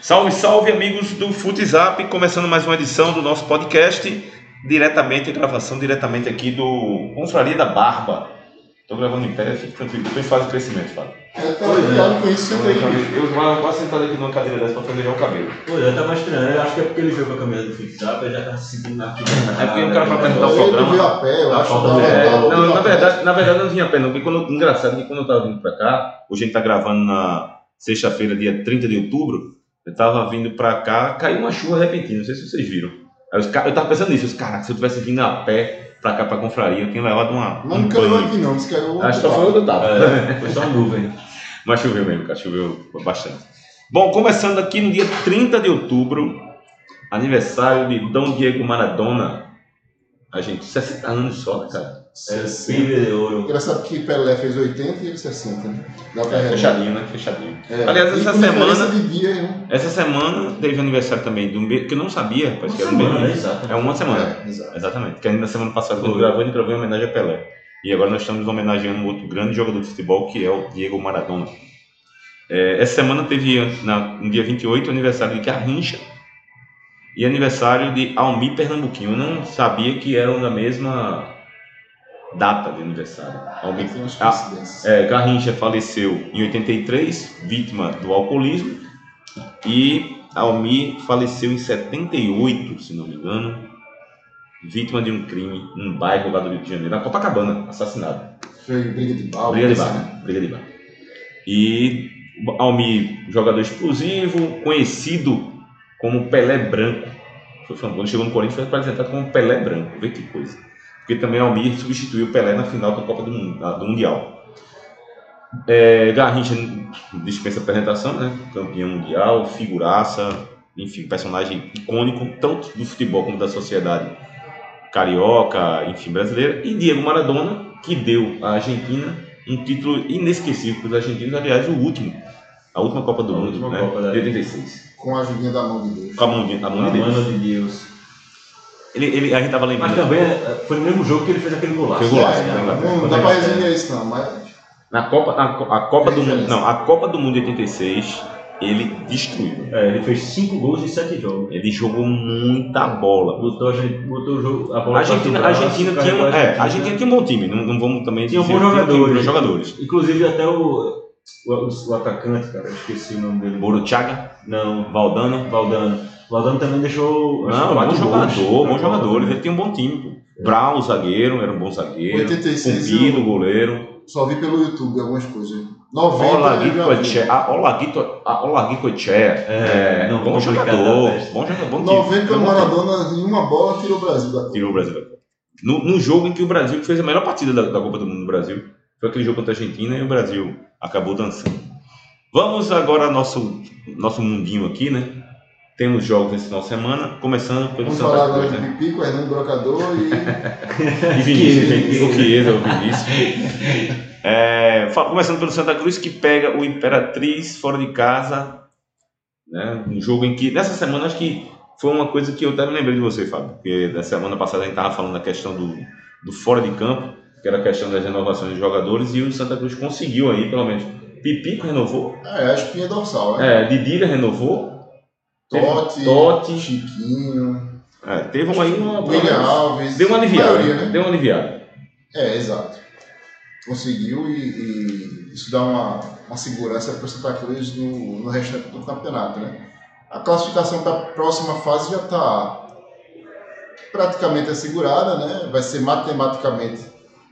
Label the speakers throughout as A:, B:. A: Salve, salve, amigos do Futizap, começando mais uma edição do nosso podcast, diretamente, gravação diretamente aqui do Confraria da Barba. Estou gravando em pé, fique tranquilo, estou em fase de crescimento, Fábio.
B: Eu tô ligado com isso
A: Então, Eu
B: sempre.
A: estava quase sentado aqui numa cadeira dessa para fazer o cabelo.
C: Pois é, tava estranho. Eu acho que é porque ele viu com a camisa do FitZap, eu já tava seguindo na
A: É porque o cara
C: né?
A: vai apresentar o
B: Ele veio
A: programa.
B: a pé, eu
C: Tá
B: acho.
C: faltando-
B: dava-
A: É,
B: dava
A: não,
B: muito
A: na
B: a pé.
A: verdade, na verdade eu não tinha pé, não. Porque quando, engraçado que quando eu tava vindo pra cá, hoje a gente tá gravando na sexta-feira, dia 30 de outubro, eu tava vindo pra cá, caiu uma chuva repentina, não sei se vocês viram. Aí os ca- eu tava pensando nisso, os caras, se eu tivesse vindo a pé pra cá, pra confraria, eu tinha levado uma.
B: Mas não
A: um
B: caiu
A: banho.
B: aqui é não, disse que era o outro
A: Acho que só foi
B: lado.
A: onde eu tava.
C: É, foi só nuvem.
A: Mas choveu mesmo, cara, choveu bastante. Bom, começando aqui no dia 30 de outubro, aniversário de Dom Diego Maradona. A gente, 60 anos só, né, cara?
C: Era o PIB de É, ouro.
B: Engraçado que Pelé fez 80 e ele 60, né? Dá pra
A: É,
B: arredondar.
A: fechadinho, né? Fechadinho.
B: É.
A: Aliás,
B: E
A: essa
B: com diferença
A: semana-
B: de dia, hein?
A: Essa semana teve aniversário também do que eu não sabia, parece que era o mesmo.
C: semana, né?
A: dia.
C: Exato.
A: É uma semana,
B: É, exato.
A: exatamente. Que ainda na semana passada, quando gravou, a gente gravou em homenagem a Pelé. E agora nós estamos homenageando um outro grande jogador de futebol, que é o Diego Maradona. É, essa semana teve, na, no dia 28, aniversário de Garrincha e aniversário de Almir Pernambuquinho. Eu não sabia que eram na mesma data de aniversário. Almir
B: Tem umas
A: Ah,
B: coincidências.
A: é, Garrincha faleceu em 83, vítima do alcoolismo, e Almir faleceu em 78, se não me engano, vítima de um crime num bairro lá do Rio de Janeiro, na Copacabana, assassinado.
B: Foi briga de bala.
A: briga de
B: assim,
A: bar,
B: né?
A: né? briga de bar. E Almir, jogador explosivo, conhecido como Pelé Branco. Foi fã- Quando chegou no Corinthians foi apresentado como Pelé Branco, vê que coisa. Porque também Almir substituiu Pelé na final da Copa do, Mundo, da- do Mundial. É, Garrincha dispensa apresentação, né? Campeão mundial, figuraça, enfim, personagem icônico, tanto do futebol como da sociedade carioca, enfim, brasileira. E Diego Maradona, que deu à Argentina um título inesquecível para os argentinos, aliás, o último, a última Copa do
C: A
A: Mundo,
C: última
A: né?
C: Copa da-
A: de 86.
B: Com a ajudinha da mão de Deus.
A: Com a mão, de- a mão de Deus.
C: É Mano de Deus.
A: Ele, ele, a gente tava
C: Mas
A: lembrando.
C: também é, foi no mesmo jogo que ele fez aquele golaço.
A: Fez o golaço,
B: É,
A: né?
B: não, não dá pra resumir isso não, mas
A: Na Copa, na Co- a Copa do
B: Diferença.
C: é
A: Mundo, não, a Copa do Mundo de 86, ele destruiu.
C: É, ele fez 5 gols em 7 jogos.
A: Ele jogou muita bola.
C: Botou, a gente, botou o jogo, a
A: A
C: bola
A: Argentina, a
C: pra cima,
A: Argentina tinha,
C: carregou
A: um-
C: a
A: é, a Argentina tinha um bom time, não, não vamos também
C: Tinha
A: dizer
C: bons
A: que tinha
C: jogadores.
A: bons jogadores.
C: Inclusive até o, o, o atacante, cara, eu esqueci o nome dele.
A: Boruchaga,
C: Não,
A: Valdano.
C: Valdano. Valdano também deixou. acho que
A: Não, bom
C: quatro gols.
A: jogador, bom jogador.
C: Também.
A: Ele tinha um bom time. Pô. Brau, zagueiro, era um bom zagueiro.
B: 86 eu
A: Pumpido, goleiro.
B: só vi pelo YouTube algumas coisas. 90 eu já vi.
A: Olaguito a Olaguito- a Olaguito Echea.
C: É,
A: É, né?
C: não,
A: bom
C: complicado
A: jogador.
C: da festa.
A: Bom jogador, bom time.
B: 90
A: Era
B: o
A: bom time.
B: Maradona em uma bola tirou o Brasil da Copa.
A: tirou o Brasil da Copa. No, no jogo em que o Brasil fez a melhor partida da, da Copa do Mundo no Brasil, foi aquele jogo contra a Argentina e o Brasil acabou dançando. Vamos agora ao nosso, nosso mundinho aqui, né? Temos jogos nesse final de semana, começando pelo
B: Vamos
A: Santa
B: falar agora
A: Cruz,
B: de
A: né?
B: Pipico, Hernando Brocador e
A: E Vinícius,
C: Que-
A: gente, o Chiesa, o Vinícius. É, fa- começando pelo Santa Cruz, que pega o Imperatriz fora de casa, né? Um jogo em que, nessa semana, acho que foi uma coisa que eu até me lembrei de você, Fábio, porque na semana passada a gente estava falando da questão do, do fora de campo, que era a questão das renovações de jogadores, e o Santa Cruz conseguiu aí, pelo menos. Pipico renovou,
B: é, a espinha dorsal, né?
A: é, Didira renovou, teve
B: Totti,
A: Totti
B: Chiquinho,
A: é, teve uma- aí uma.
B: William Alves.
A: Deu uma aliviada,
B: maioria,
A: né?
B: né?
A: deu uma aliviada.
B: É, exato. Conseguiu e, e isso dá uma, uma segurança para o Santa Cruz no, no restante do campeonato, né? A classificação para a próxima fase já está praticamente assegurada, né? Vai ser matematicamente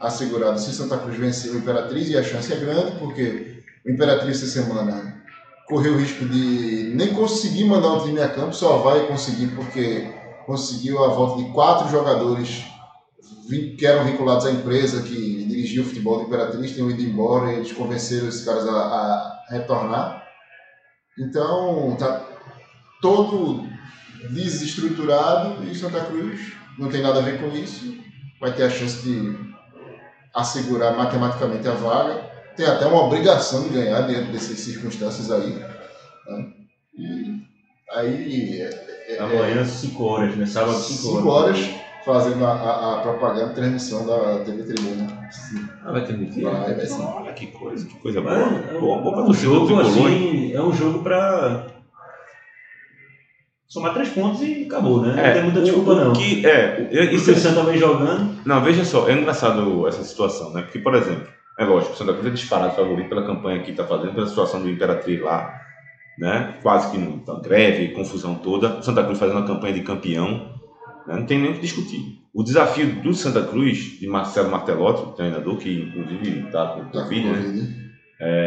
B: assegurada se Santa Cruz vencer o Imperatriz e a chance é grande, porque o Imperatriz essa semana correu o risco de nem conseguir mandar um time a campo, só vai conseguir porque conseguiu a volta de quatro jogadores vin- que eram vinculados à empresa que dirigia o futebol do Imperatriz, tinham ido embora e eles convenceram esses caras a, a retornar. Então, tá todo desestruturado e o Santa Cruz não tem nada a ver com isso. Vai ter a chance de assegurar matematicamente a vaga. Tem até uma obrigação de ganhar dentro dessas circunstâncias aí. né? E aí é- é-
C: Amanhã, 5 horas, né? Sábado, 5
B: 5 horas fazendo a, a, a propaganda, transmissão da TV Tribuna.
A: Ah, vai transmitir?
B: né? Vai, vai sim.
A: Olha que coisa, que coisa boa.
C: É, é,
A: Boa, boa
C: é
A: pra
C: um
A: torcida do
C: jogo
A: Tricolor, hein?
C: assim, é um jogo pra somar três pontos e acabou, né?
A: É,
C: não tem muita
A: o-
C: desculpa,
A: o
C: não.
A: Que, é, eu-
C: E
A: isso
C: se o
A: é-
C: Santa vem jogando,
A: não, veja só, é engraçado essa situação, né? Porque, por exemplo, é lógico, o Santa Cruz é disparado favorito pela campanha que está fazendo, pela situação do Imperatriz lá, né? Quase que não tá greve, confusão toda. O Santa Cruz fazendo a campanha de campeão, né? não tem nem o que discutir. O desafio do Santa Cruz, de Marcelo Martelotti, o treinador, que inclusive está com
B: Tá com
A: Covid, né?
B: Covid.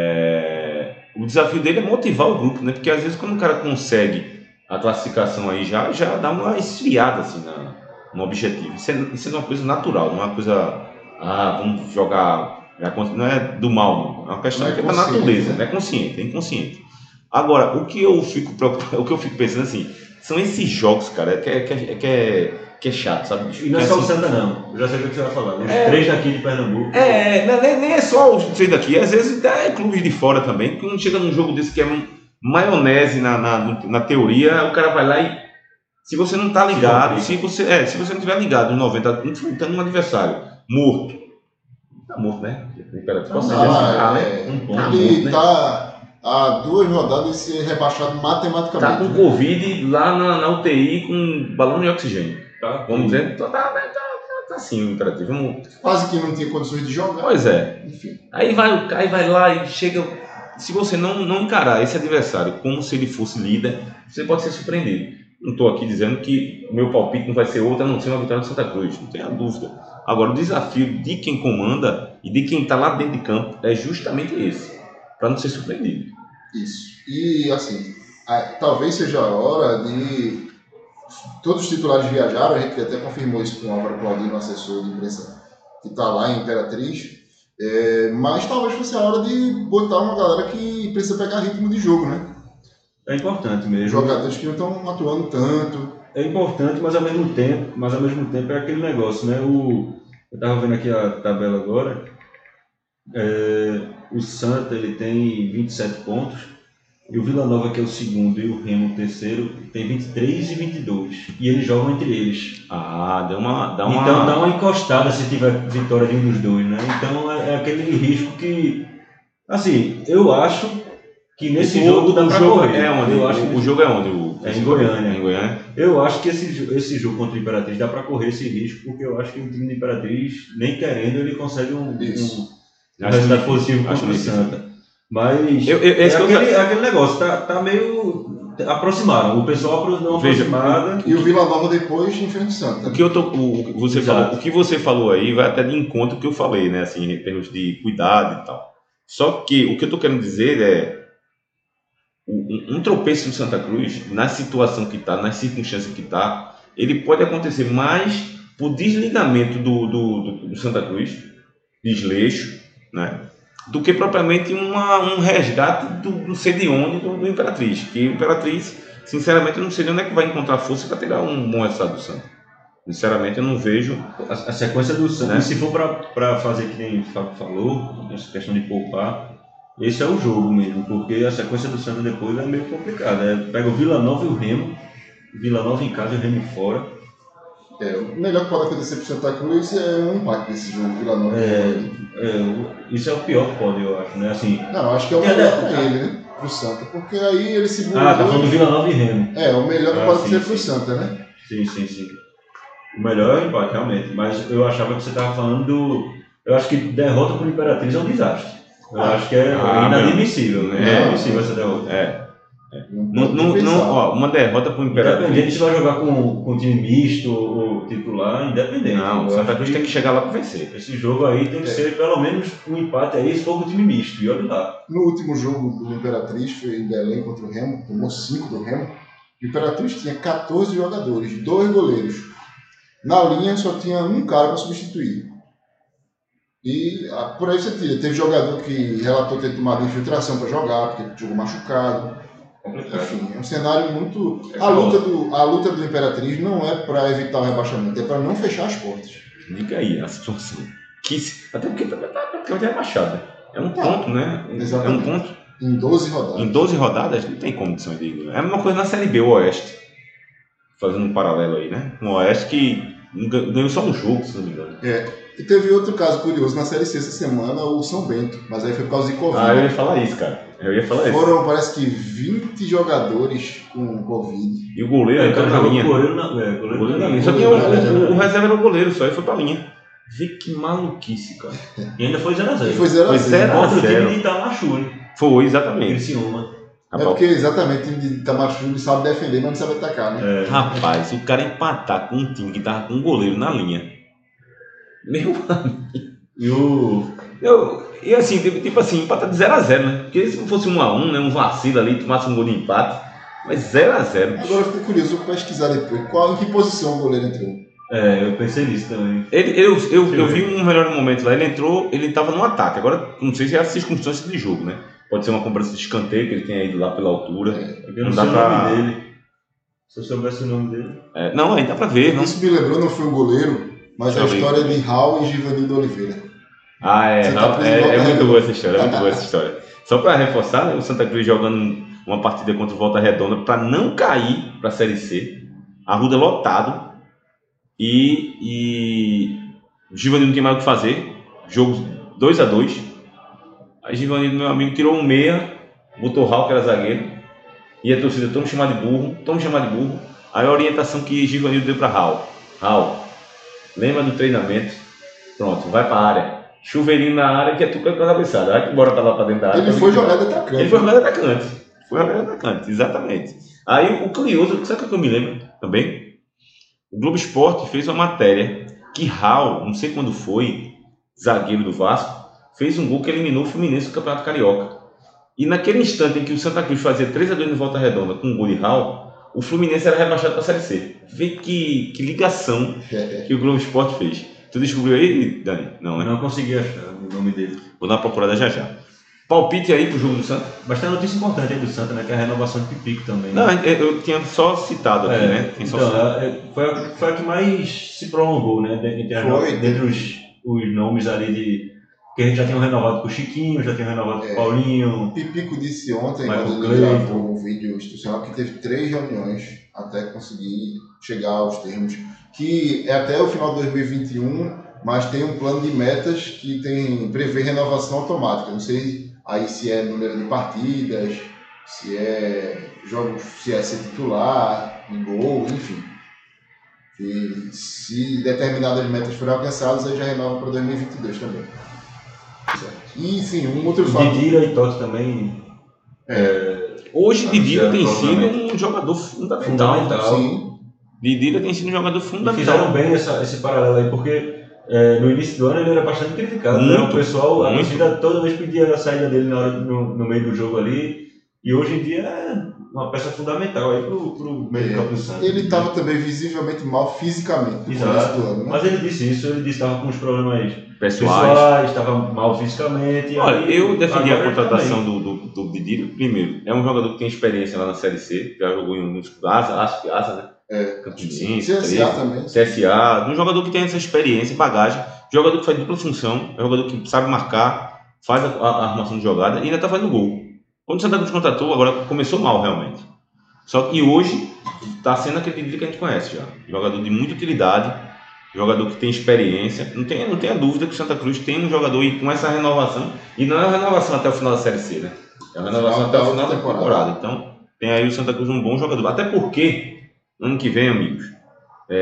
A: É, o desafio dele é motivar o grupo, né? Porque às vezes quando o cara consegue a classificação aí já, já dá uma esfriada assim na, no objetivo. Isso é, isso é uma coisa natural, não é uma coisa. Ah, vamos jogar. é con- Não é do mal, não. É uma questão
B: Não é
A: que é da
B: consciente,
A: natureza,
B: né?
A: não é consciente, é inconsciente. Agora, o que eu fico preocupado, o que eu fico pensando assim, são esses jogos, cara, é que é, que é, que é, que é chato, sabe? bicho?
C: e não é
A: Que
C: só o
A: assim-
C: Santa, não. Eu já sei o que você vai falar. Os
A: É.
C: três daqui de Pernambuco.
A: é, não- nem, nem é só os três daqui, às vezes até é clubes de fora também, que não chega num jogo desse que é um maionese na, na, na teoria, o cara vai lá e. Se você não tá ligado, se você, é, se você não tiver ligado nos 90, enfrentando um adversário morto. Tá morto, né? Imperatriz, posso
B: Tá,
A: dizer assim, tá, né?
B: é,
C: Um ponto.
B: Ele
A: né?
B: tá há duas rodadas de ser rebaixado
A: Tá com
B: matematicamente. né?
A: Covid lá na, na UTI com balão de oxigênio.
C: Tá?
A: Vamos dizer, então tá, tá, tá, tá assim o Imperatriz. Vamos...
B: Quase que não tinha condições de jogar.
A: Pois é.
B: Enfim,
A: Aí vai o cara e vai lá e chega. Se você não, não encarar esse adversário como se ele fosse líder, você pode ser surpreendido. Não estou aqui dizendo que o meu palpite não vai ser outro a não ser uma vitória do Santa Cruz, não tenha dúvida. Agora, o desafio de quem comanda e de quem está lá dentro de campo é justamente esse, para não ser surpreendido.
B: isso. E assim, a- talvez seja a hora de. Todos os titulares viajaram, a gente até confirmou isso com o Álvaro Claudino, assessor de imprensa que está lá em Imperatriz. É, mas talvez fosse a hora de botar uma galera que precisa pegar ritmo de jogo, né?
C: É importante mesmo.
B: Jogadores que não estão atuando tanto.
C: é importante, mas ao mesmo tempo, mas ao mesmo tempo é aquele negócio, né? O, eu tava vendo aqui a tabela agora. É, o Santa ele tem 27 pontos. E o Vila Nova, que é o segundo, e o Remo, o terceiro, tem 23 e 22. E eles jogam entre eles.
A: Ah, dá uma. Dá um uma...
C: Então dá uma encostada se tiver vitória de um dos dois, né? Então é, é aquele risco que. Assim, eu acho que nesse
A: O-
C: jogo dá
A: o
C: pra
A: jogo
C: correr.
A: é onde?
C: Eu acho que
A: o, o jogo é onde? O...
C: É em Goiânia.
A: Em Goiânia.
C: Eu acho que esse, jo- esse jogo contra o Imperatriz dá para correr esse risco, porque eu acho que o time do Imperatriz, nem querendo, ele consegue um, um,
B: Isso.
C: um resultado
A: difícil, acho
C: positivo
A: é
C: contra o
A: difícil.
C: Santa. Mas
A: Eu- eu-
C: é,
A: esse que eu-
C: aquele, é aquele negócio, tá, tá meio. aproximaram. O pessoal apro- deu uma
A: Veja,
C: aproximada.
B: E o Vila Nova depois enfrenta o Santa.
A: O
C: Uhum.
A: que, eu tô, o, o que você
C: Exato.
A: falou, o que você falou aí vai até de encontro ao que eu falei, né? Assim, em termos de cuidado e tal. Só que o que eu tô querendo dizer é o- um, um tropeço do Santa Cruz, na situação que tá, nas circunstâncias que tá, ele pode acontecer mais por desligamento do, do, do- do Santa Cruz, desleixo, né? Do que propriamente uma, um resgate do, do sei de onde, do, do Imperatriz. Que o Imperatriz, sinceramente, eu não sei nem onde é que vai encontrar força para tirar um bom resultado do Santa. Sinceramente, eu não vejo.
C: A, a sequência do Santa.
A: Né?
C: E se for para fazer que nem o Fábio falou, essa questão de poupar, esse é o jogo mesmo, porque a sequência do Santa depois é meio complicada. É, pega o Vila Nova e o Remo. Vila Nova em casa e o Remo fora.
B: É, o melhor que pode acontecer pro Santa Cruz é um empate desse jogo, Vila Nova.
C: É. É, o- isso é o pior que pode, eu acho, né? Assim,
B: Não, acho que é o
C: É,
B: melhor
C: né?
B: pra ele, né? Pro Santa. Porque aí ele
A: Uhum.
B: segura.
C: ah, tá falando do Vila Nova e Remo.
B: É, o melhor que
C: Ah,
B: pode
C: sim,
B: ser pro
C: sim.
B: Santa, né?
C: Sim, sim, sim. O melhor é o empate, realmente. Mas eu achava que você estava falando do. Eu acho que derrota por Imperatriz é um desastre. Eu
B: Ah.
C: acho que é
A: Ah,
C: inadmissível, né?
A: É.
C: É inadmissível essa derrota.
A: É.
B: pode
A: Não, não,
B: pensar.
A: não, ó, uma derrota para o Imperatriz.
C: Independente se vai jogar com, com time misto ou ou titular, independente.
A: Não, o
C: Eu
A: Santa
C: acho
A: Cruz tem que chegar lá para vencer.
C: Esse jogo aí tem que
B: É.
C: ser pelo menos um empate aí, se for com time misto. E olha lá.
B: No último jogo do Imperatriz, foi em Belém contra o Remo, tomou 5 do Remo. O Imperatriz tinha 14 jogadores, dois goleiros. Na linha só tinha um cara para substituir. E ah, por aí você tira. Teve jogador que relatou ter tomado infiltração para jogar, porque jogou machucado.
C: Complicado.
B: Enfim, é um cenário muito.
C: É
B: A luta, do, a luta do Imperatriz não é para evitar o rebaixamento, é para não fechar as portas.
A: Diga aí a situação. Que, se- até porque também tá praticamente rebaixado. né? É um ponto, né? É um
B: Exatamente.
A: ponto.
B: Em 12 rodadas.
A: Em 12 rodadas não tem condições de. É a mesma coisa na Série B, o né? Um Oeste. Fazendo um paralelo aí, né? O Oeste que Não gan- Ganhou só um jogo, se não me engano.
B: E teve outro caso curioso na Série C essa semana, o São Bento, mas aí foi por causa de Covid.
A: Ah, eu ia falar isso, cara. Eu ia falar então, é isso.
B: Foram, parece que 20 jogadores com Covid.
A: E o goleiro
C: É, o
A: entrou
C: cara
A: na
C: jogou
A: linha.
C: goleiro na, é,
A: O
C: goleiro
A: goleiro
C: na
A: então, na linha.
C: linha.
A: Só que o,
C: Goleiro na linha,
A: o- o
C: né?
A: reserva era o goleiro, só aí foi pra linha. Vê que maluquice, cara.
C: E ainda foi 0x0.
B: E foi 0 a
A: Foi
B: 0
A: zero a
C: Contra o
A: zero.
C: time de Itamachuri,
A: Foi,
C: em
A: exatamente.
C: Criciúma.
A: Tá
B: É porque, exatamente, o time de Itamachubi sabe defender, mas não sabe atacar, né?
C: É,
A: Rapaz, o cara empatar com um time que tava com um goleiro na linha. Meu
C: e o...
A: Eu, e assim, tipo, tipo assim, empata de 0x0, né? Porque se não fosse 1x1, né? Um vacilo ali, tomasse um gol de empate. Mas 0x0.
B: Agora eu fiquei curioso, vou pesquisar depois. Qual, em que posição o goleiro entrou?
C: É, eu pensei nisso também.
A: Ele, eu, eu, eu
C: Sim.
A: vi um melhor momento lá, ele entrou, ele tava no ataque. Agora, não sei se é a circunstância de jogo, né? Pode ser uma cobrança de escanteio que ele tenha ido lá pela altura.
B: É.
C: É que Eu
A: Não
C: não,
A: dá
C: sei
A: pra-
C: o nome dele. Se eu soubesse o nome dele...
A: É, não, aí dá pra ver, não.
B: Isso me lembrou, não foi o goleiro, mas
A: Deixa
B: a
A: eu ver.
B: história de Raul e Givanildo Oliveira.
A: Ah, é,
B: Você tá
A: não,
B: preso
A: é,
B: no
A: é
B: lugar,
A: muito
B: né?
A: boa essa história, é muito boa essa história. Só pra reforçar, né, o Santa Cruz jogando uma partida contra o Volta Redonda pra não cair pra Série C. Arruda lotado. E, e o Givanildo não tinha mais o que fazer. Jogo 2 a 2 Aí Givanildo, meu amigo, tirou um meia, botou o Raul, que era zagueiro. E a torcida, tão chamar de burro, tão chamar de burro. Aí a orientação que Givanildo deu pra Raul. Raul, lembra do treinamento? Pronto, vai pra área. Chuveirinho na área que é tu que é cabeçada. Vai que bora pra lá pra dentro da área.
B: Ele
A: Pra
B: foi
A: dentro da Ah,
B: jogado
A: ele
B: atacante.
A: foi jogador atacante. Foi jogador atacante, exatamente. Aí o curioso, sabe o que eu me lembro também? O Globo Esporte fez uma matéria que Raul, não sei quando foi, zagueiro do Vasco, fez um gol que eliminou o Fluminense do Campeonato Carioca. E naquele instante em que o Santa Cruz fazia 3x2 no Volta Redonda com um gol de Raul, o Fluminense era rebaixado para a Série C. Vê que, que ligação
B: É,
A: que o Globo Esporte fez. Tu descobriu aí, Dani? Não, né?
C: Eu não consegui achar o nome dele.
A: Vou dar uma procurada já já. Palpite aí pro jogo do Santa.
C: Mas tem uma notícia importante aí do Santa, né? Que é a renovação de Pipico também. né?
A: Não, é, eu eu tinha só citado aqui,
C: É,
A: né? Tinha só
C: Então,
A: citado.
C: a- é- foi, a, foi a que mais se prolongou, né? de- Entre, as
B: Foi.
C: novas- dentre os, os nomes ali de. Que a gente já tinha renovado com o Chiquinho, já tinha renovado com
B: É.
C: o Paulinho.
B: Pipico disse ontem,
C: Mas
B: quando
C: o
B: ele
C: Cleiton-
B: gravou um vídeo institucional, que teve três reuniões até conseguir chegar aos termos, que é até o final de 2021, mas tem um plano de metas que tem prevê renovação automática. Não sei aí se é número de partidas, se é jogos, se é ser titular, em gol, enfim. E se determinadas metas forem alcançadas, aí já renova para 2022 também. E sim, um outro fato.
C: Didira e Totti também.
A: Hoje,
C: Ah,
A: Didira
C: já,
A: tem sido
C: provavelmente.
A: um jogador fundamental.
C: Fundamental.
B: Sim,
A: Didira tem sido um jogador
C: Fizeram
A: fundamental.
C: bem essa- esse paralelo aí, porque é, no início do ano ele era bastante criticado. né?
A: Muito,
C: O pessoal, a
A: muito.
C: torcida toda vez pedia a saída dele na hora, no, no meio do jogo ali. E hoje em dia é uma peça fundamental aí pro, pro meio do campo do Santa.
B: É, Ele estava também visivelmente mal fisicamente no
C: Exato.
B: começo do ano, né?
C: Mas ele disse isso, ele disse que estava com os problemas
A: Pessoais.
C: pessoais, estava mal fisicamente. e
A: Olha,
C: aí,
A: eu defendi a
C: agora ele tá
A: contratação do, do, do Didira. Primeiro, é um jogador que tem experiência lá na Série C, já jogou em alguns Asa, acho que Asa, né?
B: É.
A: Campinense,
B: CSA
A: 13,
B: também.
A: CSA. Um jogador que tem essa experiência, bagagem. Jogador que faz dupla função. é um Jogador que sabe marcar, faz a, a- a armação de jogada e ainda tá fazendo gol. Quando o Santa Cruz contratou, agora começou mal realmente. Só que hoje está Tá sendo aquele Didri que a gente conhece já. Jogador de muita utilidade, jogador que tem experiência. Não tem, não tem a dúvida que o Santa Cruz tem um jogador aí com essa renovação. E não é uma renovação até o final da Série C, né? É uma renovação
B: Final
A: até
B: da
A: o final da
B: temporada.
A: temporada. Então tem aí o Santa Cruz um bom jogador. Até porque, ano que vem, amigos,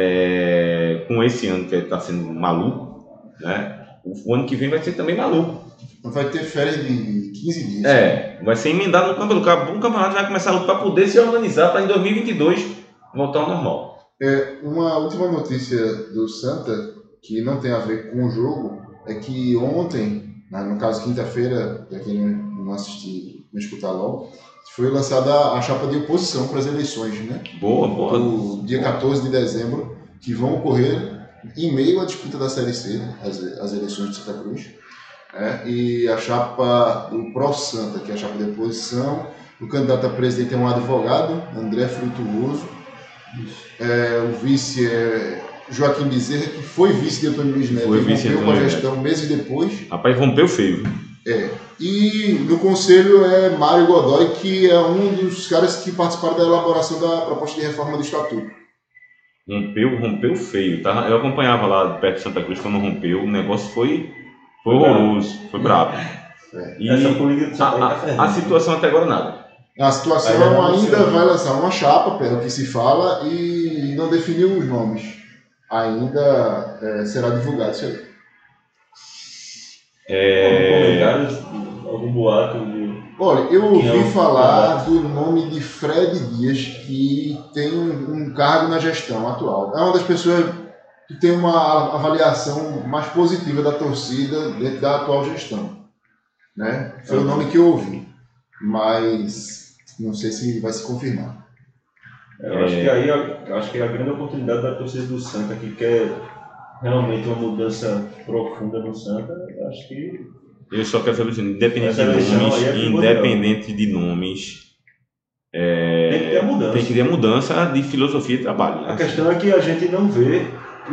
A: é, com esse ano que está sendo maluco, né? O o ano que vem vai ser também maluco.
B: Vai ter férias de 15 dias.
A: É, vai ser emendado no campeonato. O campeonato vai começar para poder se organizar para em 2022 voltar ao normal.
B: Uma última notícia do Santa, que não tem a ver com o jogo, é que ontem, na- no caso quinta-feira, para quem não não assistir, não escutar logo, foi lançada a chapa de oposição para as eleições, né?
A: Boa, boa.
B: do Então, dia 14 de dezembro, que vão ocorrer em meio à disputa da Série C, as, as eleições de Santa Cruz, né? e a chapa do Pro Santa, que é a chapa de oposição. O candidato a presidente é um advogado, André Frutuoso. É, o vice é Joaquim Bezerra, que foi vice de Antônio Luiz Neto,
A: Foi
B: e
A: vice de
B: rompeu com a
A: Antônio Luiz
B: gestão meses depois.
A: Rapaz, rompeu feio.
B: E no conselho é Mário Godoy, que é um dos caras que participaram da elaboração da proposta de reforma do estatuto.
A: Rompeu, rompeu feio. Tá? Eu acompanhava lá perto de Santa Cruz quando rompeu. O negócio foi, foi horroroso, foi brabo. E
C: É. Essa política do
A: a,
C: Santa Cruz tá
A: a, a
C: ferrando.
A: situação até agora nada.
B: A situação
C: Vai dar né?
B: ainda
C: opção.
B: vai lançar uma chapa, pelo que se fala, e não definiu os nomes. Ainda é, será divulgado isso aí.
A: É,
C: Algum comentário, algum boato de...
B: Olha, eu
C: Quem é
B: ouvi
C: o-
B: falar do nome de Fred Dias, que tem um, um cargo na gestão atual. É uma das pessoas que tem uma avaliação mais positiva da torcida dentro da atual gestão. Né? Foi
C: Uhum.
B: o nome que eu ouvi, mas não sei se vai se confirmar.
C: Eu acho que aí eu acho que é a grande oportunidade da torcida do Santa que quer realmente uma mudança profunda no Santa, eu acho que
A: eu só quero saber assim, independente
C: Essa
A: de
C: eleição aí é
A: nomes,
C: primordial.
A: independente de nomes, é,
C: tem que ter a mudança.
A: tem que ter mudança de filosofia de trabalho. né?
C: A questão é que a gente não vê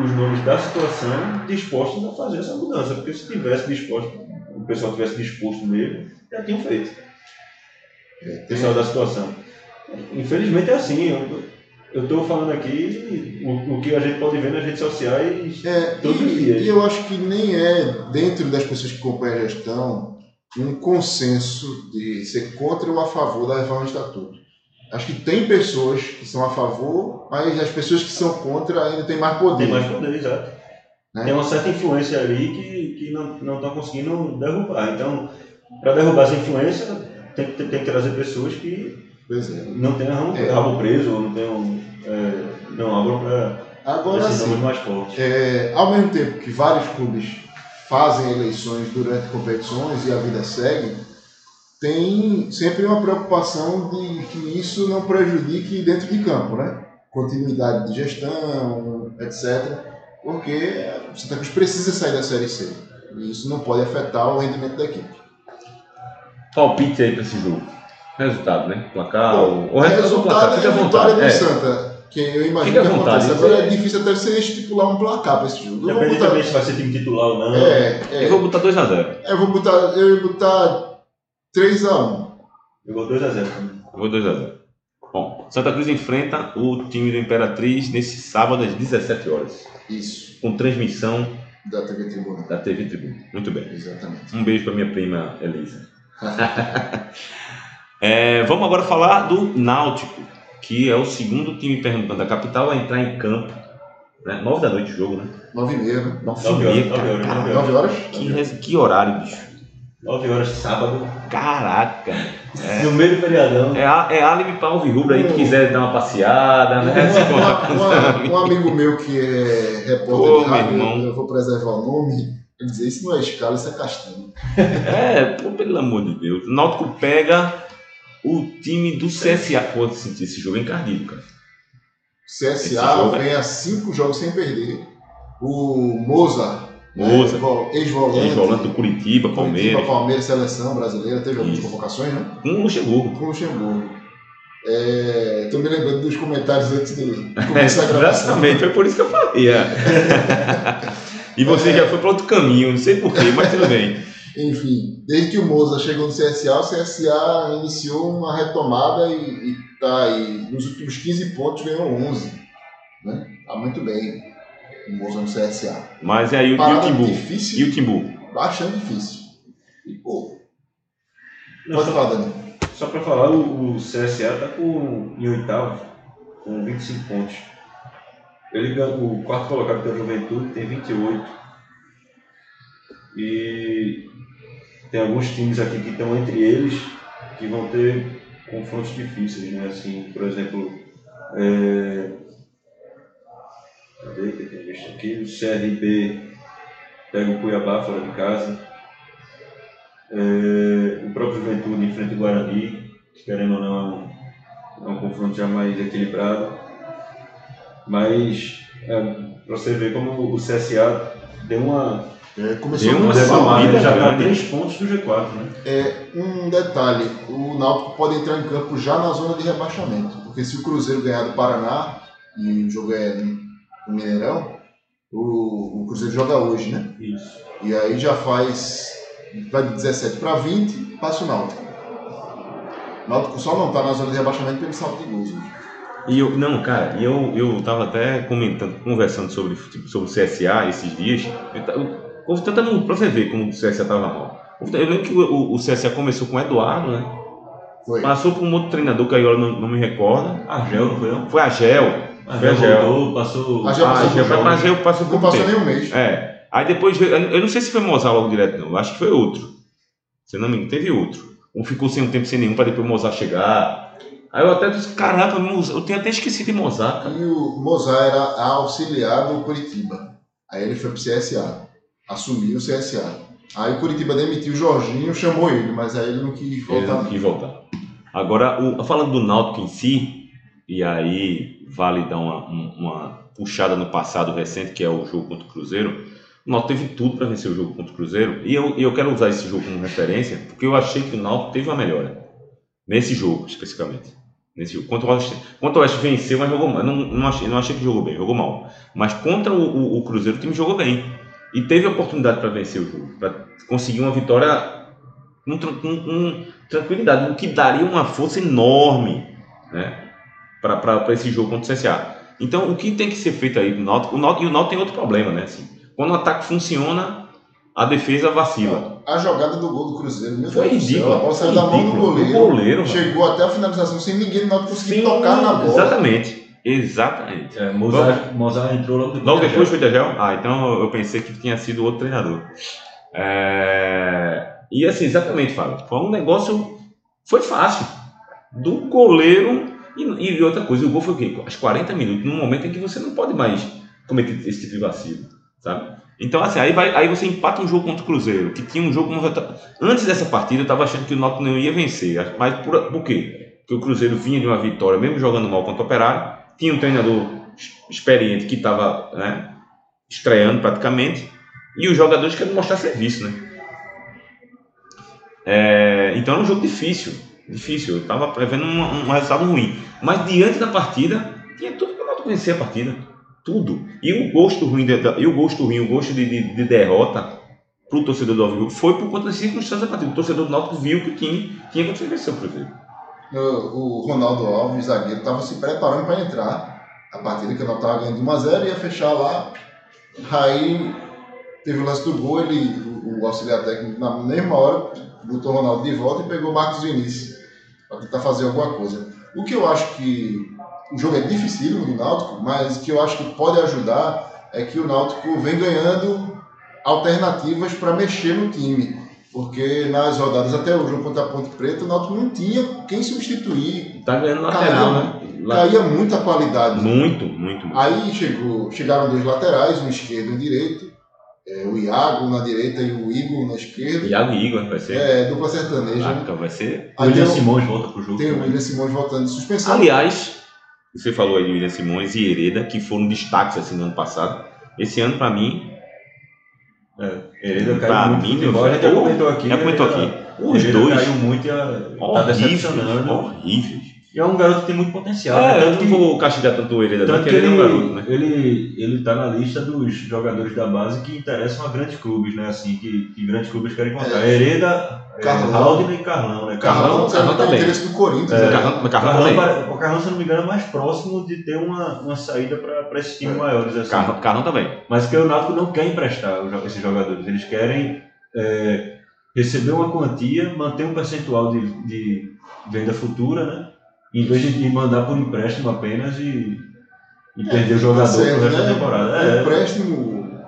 C: os nomes da situação dispostos a fazer essa mudança, porque se tivesse disposto, o pessoal tivesse disposto mesmo, já tinham feito. O pessoal da situação. Infelizmente é assim. Eu estou falando aqui o, o que a gente pode ver nas redes sociais.
B: É,
C: Todos os
B: e,
C: dias.
B: e eu acho que nem é, dentro das pessoas que acompanham a gestão, um consenso de ser contra ou a favor da reforma do estatuto. Acho que tem pessoas que são a favor, mas as pessoas que são contra ainda têm mais poder.
C: Tem mais poder, exato.
B: É. Né?
C: Tem uma certa influência ali que, que não estão conseguindo derrubar. Então, para derrubar essa influência, tem, que- tem que trazer pessoas que
B: Pois é.
C: não tenham ramo,
B: É.
C: rabo preso, ou não tenham. É, não abram para
B: Agora
C: esses
B: sim,
C: nomes mais fortes.
B: é, ao mesmo tempo que vários clubes fazem eleições durante competições e a vida segue, tem sempre uma preocupação de que isso não prejudique dentro de campo, né? Continuidade de gestão, etc. Porque o Santa Cruz precisa sair da Série C. E isso não pode afetar o rendimento da equipe.
A: Palpite aí pra esse jogo. Resultado, né? Placar.
B: Bom,
A: o o resultado do placar,
B: é
A: fica
B: a
A: à vontade.
B: vitória do
A: É.
B: Santa, que eu
A: Fica
B: imagino
A: à
B: que acontece.
A: vontade.
B: Agora é difícil até você estipular um placar para esse
C: É
B: jogo. Eu vou botar...
C: Independentemente se vai ser time titular ou não.
B: É, é.
A: Eu vou botar 2x0.
B: Eu vou botar. Eu ia botar 3x1.
C: Eu vou 2x0.
A: Eu vou 2x0. Bom, Santa Cruz enfrenta o time do Imperatriz nesse sábado às 17 horas,
B: Isso.
A: com transmissão
B: Da TV Tribuna.
A: da TV Tribuna. Muito bem.
B: Exatamente.
A: Um beijo pra minha prima Elisa. É, vamos agora falar do Náutico, que é o segundo time pernambucano da capital a entrar em campo. Né? 9 da noite o jogo, né?
B: 9h30, né?
A: Nove
C: Nove
A: e
C: horas,
A: meia,
C: nove horas,
A: cara.
C: nove
B: 9 horas?
A: Que, res- que horário, bicho.
C: 9 horas sábado,
A: Caraca.
C: no meio do feriadão.
A: É, a- é álibi para o Rubro aí que quiser dar uma passeada, né? Se encontrar com os
B: Um- um-
A: amigos.
B: um amigo meu que é repórter
A: Ô, meu
B: de rádio,
A: irmão.
B: eu vou preservar o nome, ele dizia, isso não é escala, isso é castanho.
A: É, pô, pelo amor de Deus. O Náutico pega o time do CSA. Pô, eu senti esse jogo encardido, cara. Esse
B: CSA
A: jogo é-
B: vem a 5 jogos sem perder. O Mozart, né,
A: Moza,
B: vol- ex-volante,
A: é, volante do Curitiba,
B: Curitiba,
A: Palmeiras,
B: Palmeiras, seleção brasileira, teve algumas
A: Isso.
B: convocações, né?
A: É. com o Luxemburgo.
B: com o Luxemburgo. É, tô me lembrando dos comentários antes de
A: É,
B: começar a gravação.
A: exatamente, foi por isso que eu falei. é. e você já foi para outro caminho, não sei porquê, mas tudo bem.
B: Enfim, desde que o Moza chegou no CSA, o CSA iniciou uma retomada e, e tá aí. Nos últimos 15 pontos ganhou 11. Né? Tá muito bem o Moza no CSA.
A: Mas é aí o, e o
B: Parada
A: Timbu. E
B: difícil,
A: o Timbu.
B: bastante difícil. E, pô,
C: Não,
B: pode
C: só-
B: falar, Dani.
C: Só para falar, o, o CSA tá com, em oitavo, com 25 pontos. Ele ganha, o quarto colocado, que é o Juventude, tem 28. E tem alguns times aqui que estão entre eles que vão ter confrontos difíceis, né? Assim, por exemplo, é... cadê que eu tenho visto aqui? O CRB pega o Cuiabá fora de casa. É, o próprio Juventude enfrenta o Guarani, que querendo ou não é um, é um confronto já mais equilibrado. Mas é, para você ver como o CSA deu uma
B: É, começou
A: Deu
B: com
A: uma
B: uma
A: salva.
B: salva.
A: subida
C: ele já está
A: grande.
C: 3 pontos do G4, né?
B: Um detalhe, o Náutico pode entrar em campo já na zona de rebaixamento, porque se o Cruzeiro ganhar do Paraná, e o jogo é no Mineirão, o, o Cruzeiro joga hoje, né?
C: Isso.
B: E aí já faz. Vai de 17 para 20, tá passa o Náutico. O Náutico só não está na zona de rebaixamento pelo salto de gols. né? hoje.
A: E eu, não, cara, e eu, eu tava até comentando, conversando sobre, fute- sobre o CSA esses dias. Eu, ta- eu, houve tanta mu- pra você ver como o CSA tava mal. Houve- Eu lembro que o, o- o CSA começou com o Eduardo, né?
B: Foi.
A: Passou por um outro treinador que agora eu não, não me recordo.
C: Argel, não foi não?
A: Foi a Gel. Ah,
C: Argel
A: Argel.
C: voltou, passou. Ah,
B: Argel
A: a
B: passou
A: Gel,
B: por né?
A: mas a Gel passou por
B: Não
A: pouco
B: passou
A: tempo.
B: nem um mês.
A: É. Aí depois veio, eu eu não sei se foi Mozart logo direto, não. Eu acho que foi outro. Se não me engano, teve outro. Um ficou sem um tempo sem nenhum pra depois Mozart chegar. Aí eu até disse, caraca, Mozart- eu tenho até esquecido de Mozart, cara.
B: E o Mozart era auxiliar do Curitiba. Aí ele foi pro CSA. Assumiu o CSA. Aí o Curitiba demitiu o Jorginho, chamou ele, mas aí ele não quis
A: Ele não
B: voltar.
A: quis É, voltar. Agora, o- falando do Náutico em si, e aí vale dar uma, um- uma puxada no passado recente, que é o jogo contra o Cruzeiro. O Náutico teve tudo para vencer o jogo contra o Cruzeiro. E eu, e eu quero usar esse jogo como referência, porque eu achei que o Náutico teve uma melhora. Nesse jogo, especificamente. Nesse jogo. Contra o Oeste, contra o Oeste venceu, mas jogou mal. Eu Não, não, achei, não achei que jogou bem, jogou mal. Mas contra o, o- o Cruzeiro, o time jogou bem. E teve a oportunidade para vencer o jogo, para conseguir uma vitória com, tran- com- com tranquilidade, o que daria uma força enorme né, para esse jogo contra o CSA. Então, o que tem que ser feito aí do Náutico, o Náutico, e o Náutico tem outro problema, né? Assim, quando o ataque funciona, a defesa vacila.
B: A jogada do gol do Cruzeiro, meu
A: Foi
B: Deus do céu,
A: ridículo.
B: A bola
A: foi
B: saiu da mão do
A: ridículo.
B: goleiro.
A: O goleiro mano.
B: Chegou até a finalização sem ninguém não conseguir
A: Sim,
B: tocar na bola.
A: Exatamente. Exatamente.
C: É, Mozart, Mozart entrou logo depois.
A: Logo
C: da
A: depois
C: Argel.
A: foi Dagel? Ah, então eu pensei que tinha sido outro treinador. É, E assim, exatamente, Fábio. Foi um negócio. Foi fácil. Do goleiro. E, e outra coisa, o gol foi o quê? Aos 40 minutos, num momento em que você não pode mais cometer esse tipo de vacilo, sabe? Então, assim, aí, vai, aí você empata um jogo contra o Cruzeiro, que tinha um jogo. com reta- Antes dessa partida, eu estava achando que o Náutico não ia vencer. Mas por, por quê? Porque o Cruzeiro vinha de uma vitória, mesmo jogando mal contra o Operário, tinha um treinador ex- experiente que estava né, estreando praticamente, e os jogadores querem mostrar serviço, né? É, então era um jogo difícil, difícil. Eu estava prevendo um, um resultado ruim, mas diante da partida tinha tudo para Náutico vencer a partida, tudo. E o gosto ruim, de- da- e o gosto ruim, o gosto de, de- de derrota para o torcedor do Alvio foi por conta das circunstâncias da partida. O torcedor do Náutico viu que o time tinha condições de vencer o Cruzeiro.
B: O, o Ronaldo Alves, zagueiro, estava se preparando para entrar. A partida que o Náutico estava ganhando de 1x0 ia fechar lá. Aí teve o lance do gol, ele, o, o auxiliar técnico, na mesma hora, botou o Ronaldo de volta e pegou o Marcos Vinícius para tentar fazer alguma coisa. O que eu acho que o jogo é dificílimo do Náutico, mas que eu acho que pode ajudar é que o Náutico vem ganhando alternativas para mexer no time. Porque nas rodadas até o jogo contra a Ponte Preta, o Náutico não tinha quem substituir.
A: Tá ganhando lateral, né? La-
B: Caía muita qualidade.
A: Muito, muito, muito.
B: Aí chegou, chegaram dois laterais, um esquerdo e um direito. É, o Iago na direita e o Igor na esquerda.
A: Iago e Igor vai ser.
B: um. É, dupla sertaneja. né?
A: Caraca, Ah, então vai ser.
B: Aí
C: Ah, William
B: tem o-
C: Simões volta pro jogo.
B: tem o
C: também.
B: William Simões voltando de suspensão.
A: Aliás, você falou aí de William Simões e Hereda, que foram destaques assim no ano passado. Esse ano, pra mim,
C: Hereda caiu
A: Pra
C: muito
A: mim,
C: no futebol,
A: meu
C: a gente já
A: filho,
C: comentou aqui.
A: já comentou
C: né?
A: aqui. Os
C: Hereda
A: dois
C: caiu muito e a- tá
A: horríveis.
C: decepcionando.
A: horríveis.
C: E é um garoto que tem muito potencial. né?
A: É, eu
C: Tanto
A: não
C: que-
A: vou castigar tanto o Hereda, não,
C: Tanto
A: que
C: que
A: ele
C: ele,
A: é um garoto, né?
C: ele, ele tá na lista dos jogadores da base que interessam a grandes clubes, né? Assim, que, que grandes clubes querem contratar.
B: É.
C: Hereda,
B: Carlão.
C: é, Halden e Carlão, né?
A: Carlão,
B: Carlão, Carlão
A: Carlão tá
B: tem
A: bem.
B: interesse do Corinthians.
A: Mas
B: né?
C: É.
A: Carlão, mas Carlão
C: Carlão,
A: também.
C: pare- o Carlão, se eu não me engano, é mais próximo de ter uma, uma saída para esses times
B: É.
C: maiores. Assim.
A: Carlão, Carlão também.
C: Mas que o Náutico não quer emprestar os jo- esses jogadores. Eles querem é, receber uma quantia, manter um percentual de, de venda futura, né? Em vez de de mandar por empréstimo apenas e, e perder o jogador
B: tá
C: pro
B: certo,
C: resto
B: né?
C: da temporada.
B: O
C: É,
B: empréstimo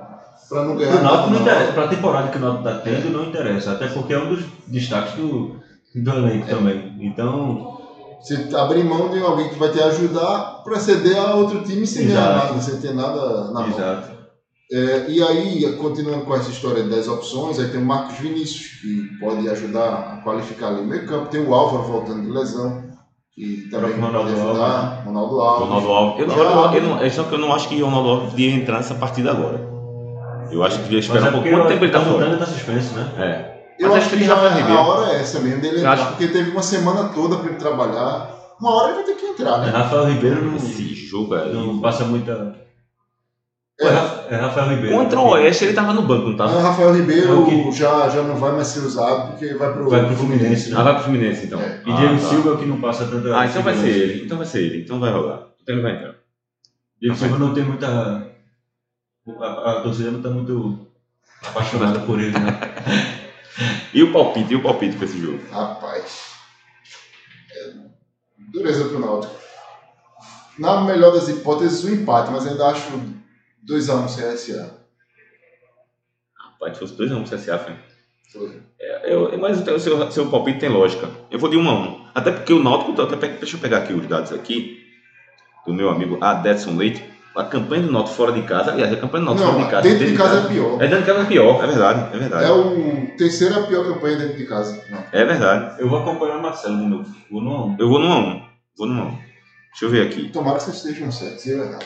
B: para não ganhar.
C: Pro
B: nada,
C: Náutico não
B: não.
C: interessa. Pra temporada que o Náutico tá tendo, não interessa. Até porque é um dos destaques do, do
B: É.
C: elenco também. Então,
B: Você abrir mão de alguém que vai te ajudar para ceder a outro time sem ganhar
C: Exato.
B: nada, sem ter nada na mão.
C: exato.
B: É, e aí, continuando com essa história das opções, aí tem o Marcos Vinícius, que pode ajudar a qualificar ali o meio campo. Tem o Álvaro voltando de lesão, que também
C: Próprio
B: pode
C: Ronaldo
B: ajudar. Ronaldo Alves.
A: Ronaldo Alves. Eu, não-
B: Já-
A: eu não- eu não- é só que eu não acho que o Ronaldo Alves devia entrar nessa partida agora. Eu acho que devia
C: Mas
A: esperar
C: é
A: um pouco.
C: porque
A: Quanto tempo ele tá
C: o
A: fora?
C: Tânia tá suspenso, né?
A: É.
B: Eu
A: Mas
B: acho que, já
A: vai render.
B: a hora é essa mesmo dele
A: Eu
B: entrar,
A: acho-
B: porque teve uma semana toda para ele trabalhar. Uma hora ele vai ter que entrar, né?
C: Rafael Ribeiro não,
A: Esse jogo aí.
C: não passa muita.
B: É.
C: É, Ra- é Rafael Ribeiro.
A: Contra o Oeste ele tava no banco, não
B: Ah,
A: tava?
B: O Rafael Ribeiro
C: tá? É o que-
B: já, já não vai mais ser usado porque vai pro,
C: Vai pro Fluminense, né?
A: Ah, vai pro Fluminense então.
B: É.
C: E Diego
A: Ah, tá.
C: Silva é o que não passa tanta.
A: Ah, então vai ser
C: segurança.
A: ele. Então vai ser ele. Então vai rolar. Então ele vai entrar.
C: Diego Silva não tem muita. A, a torcida não está muito apaixonada por ele, né?
A: E o palpite, e o palpite para esse jogo?
B: Rapaz. É dureza pro Náutico. Na melhor das hipóteses, um empate, mas ainda acho 2x1 CSA.
A: Rapaz, se fosse 2 a 1 pro CSA, foi.
B: Foi.
A: Eu, mas o seu, seu palpite tem lógica. Eu vou de 1 a 1 Até porque o Náutico. então, Até, pe- deixa eu pegar aqui os dados aqui do meu amigo Adetson Leite. A campanha do Náutico fora de casa. Aliás, a campanha do Náutico
B: Não,
A: fora de casa.
B: dentro de casa é pior.
A: É dentro de casa é pior, é verdade, é
B: É
A: verdade.
B: o terceira pior campanha dentro de casa. Não.
A: É verdade.
C: Eu vou acompanhar o Marcelo de novo. Vou no
A: Eu vou no 1x1. Vou no 1x1. Deixa eu ver aqui.
B: Tomara que vocês estejam certos. e Eu errado.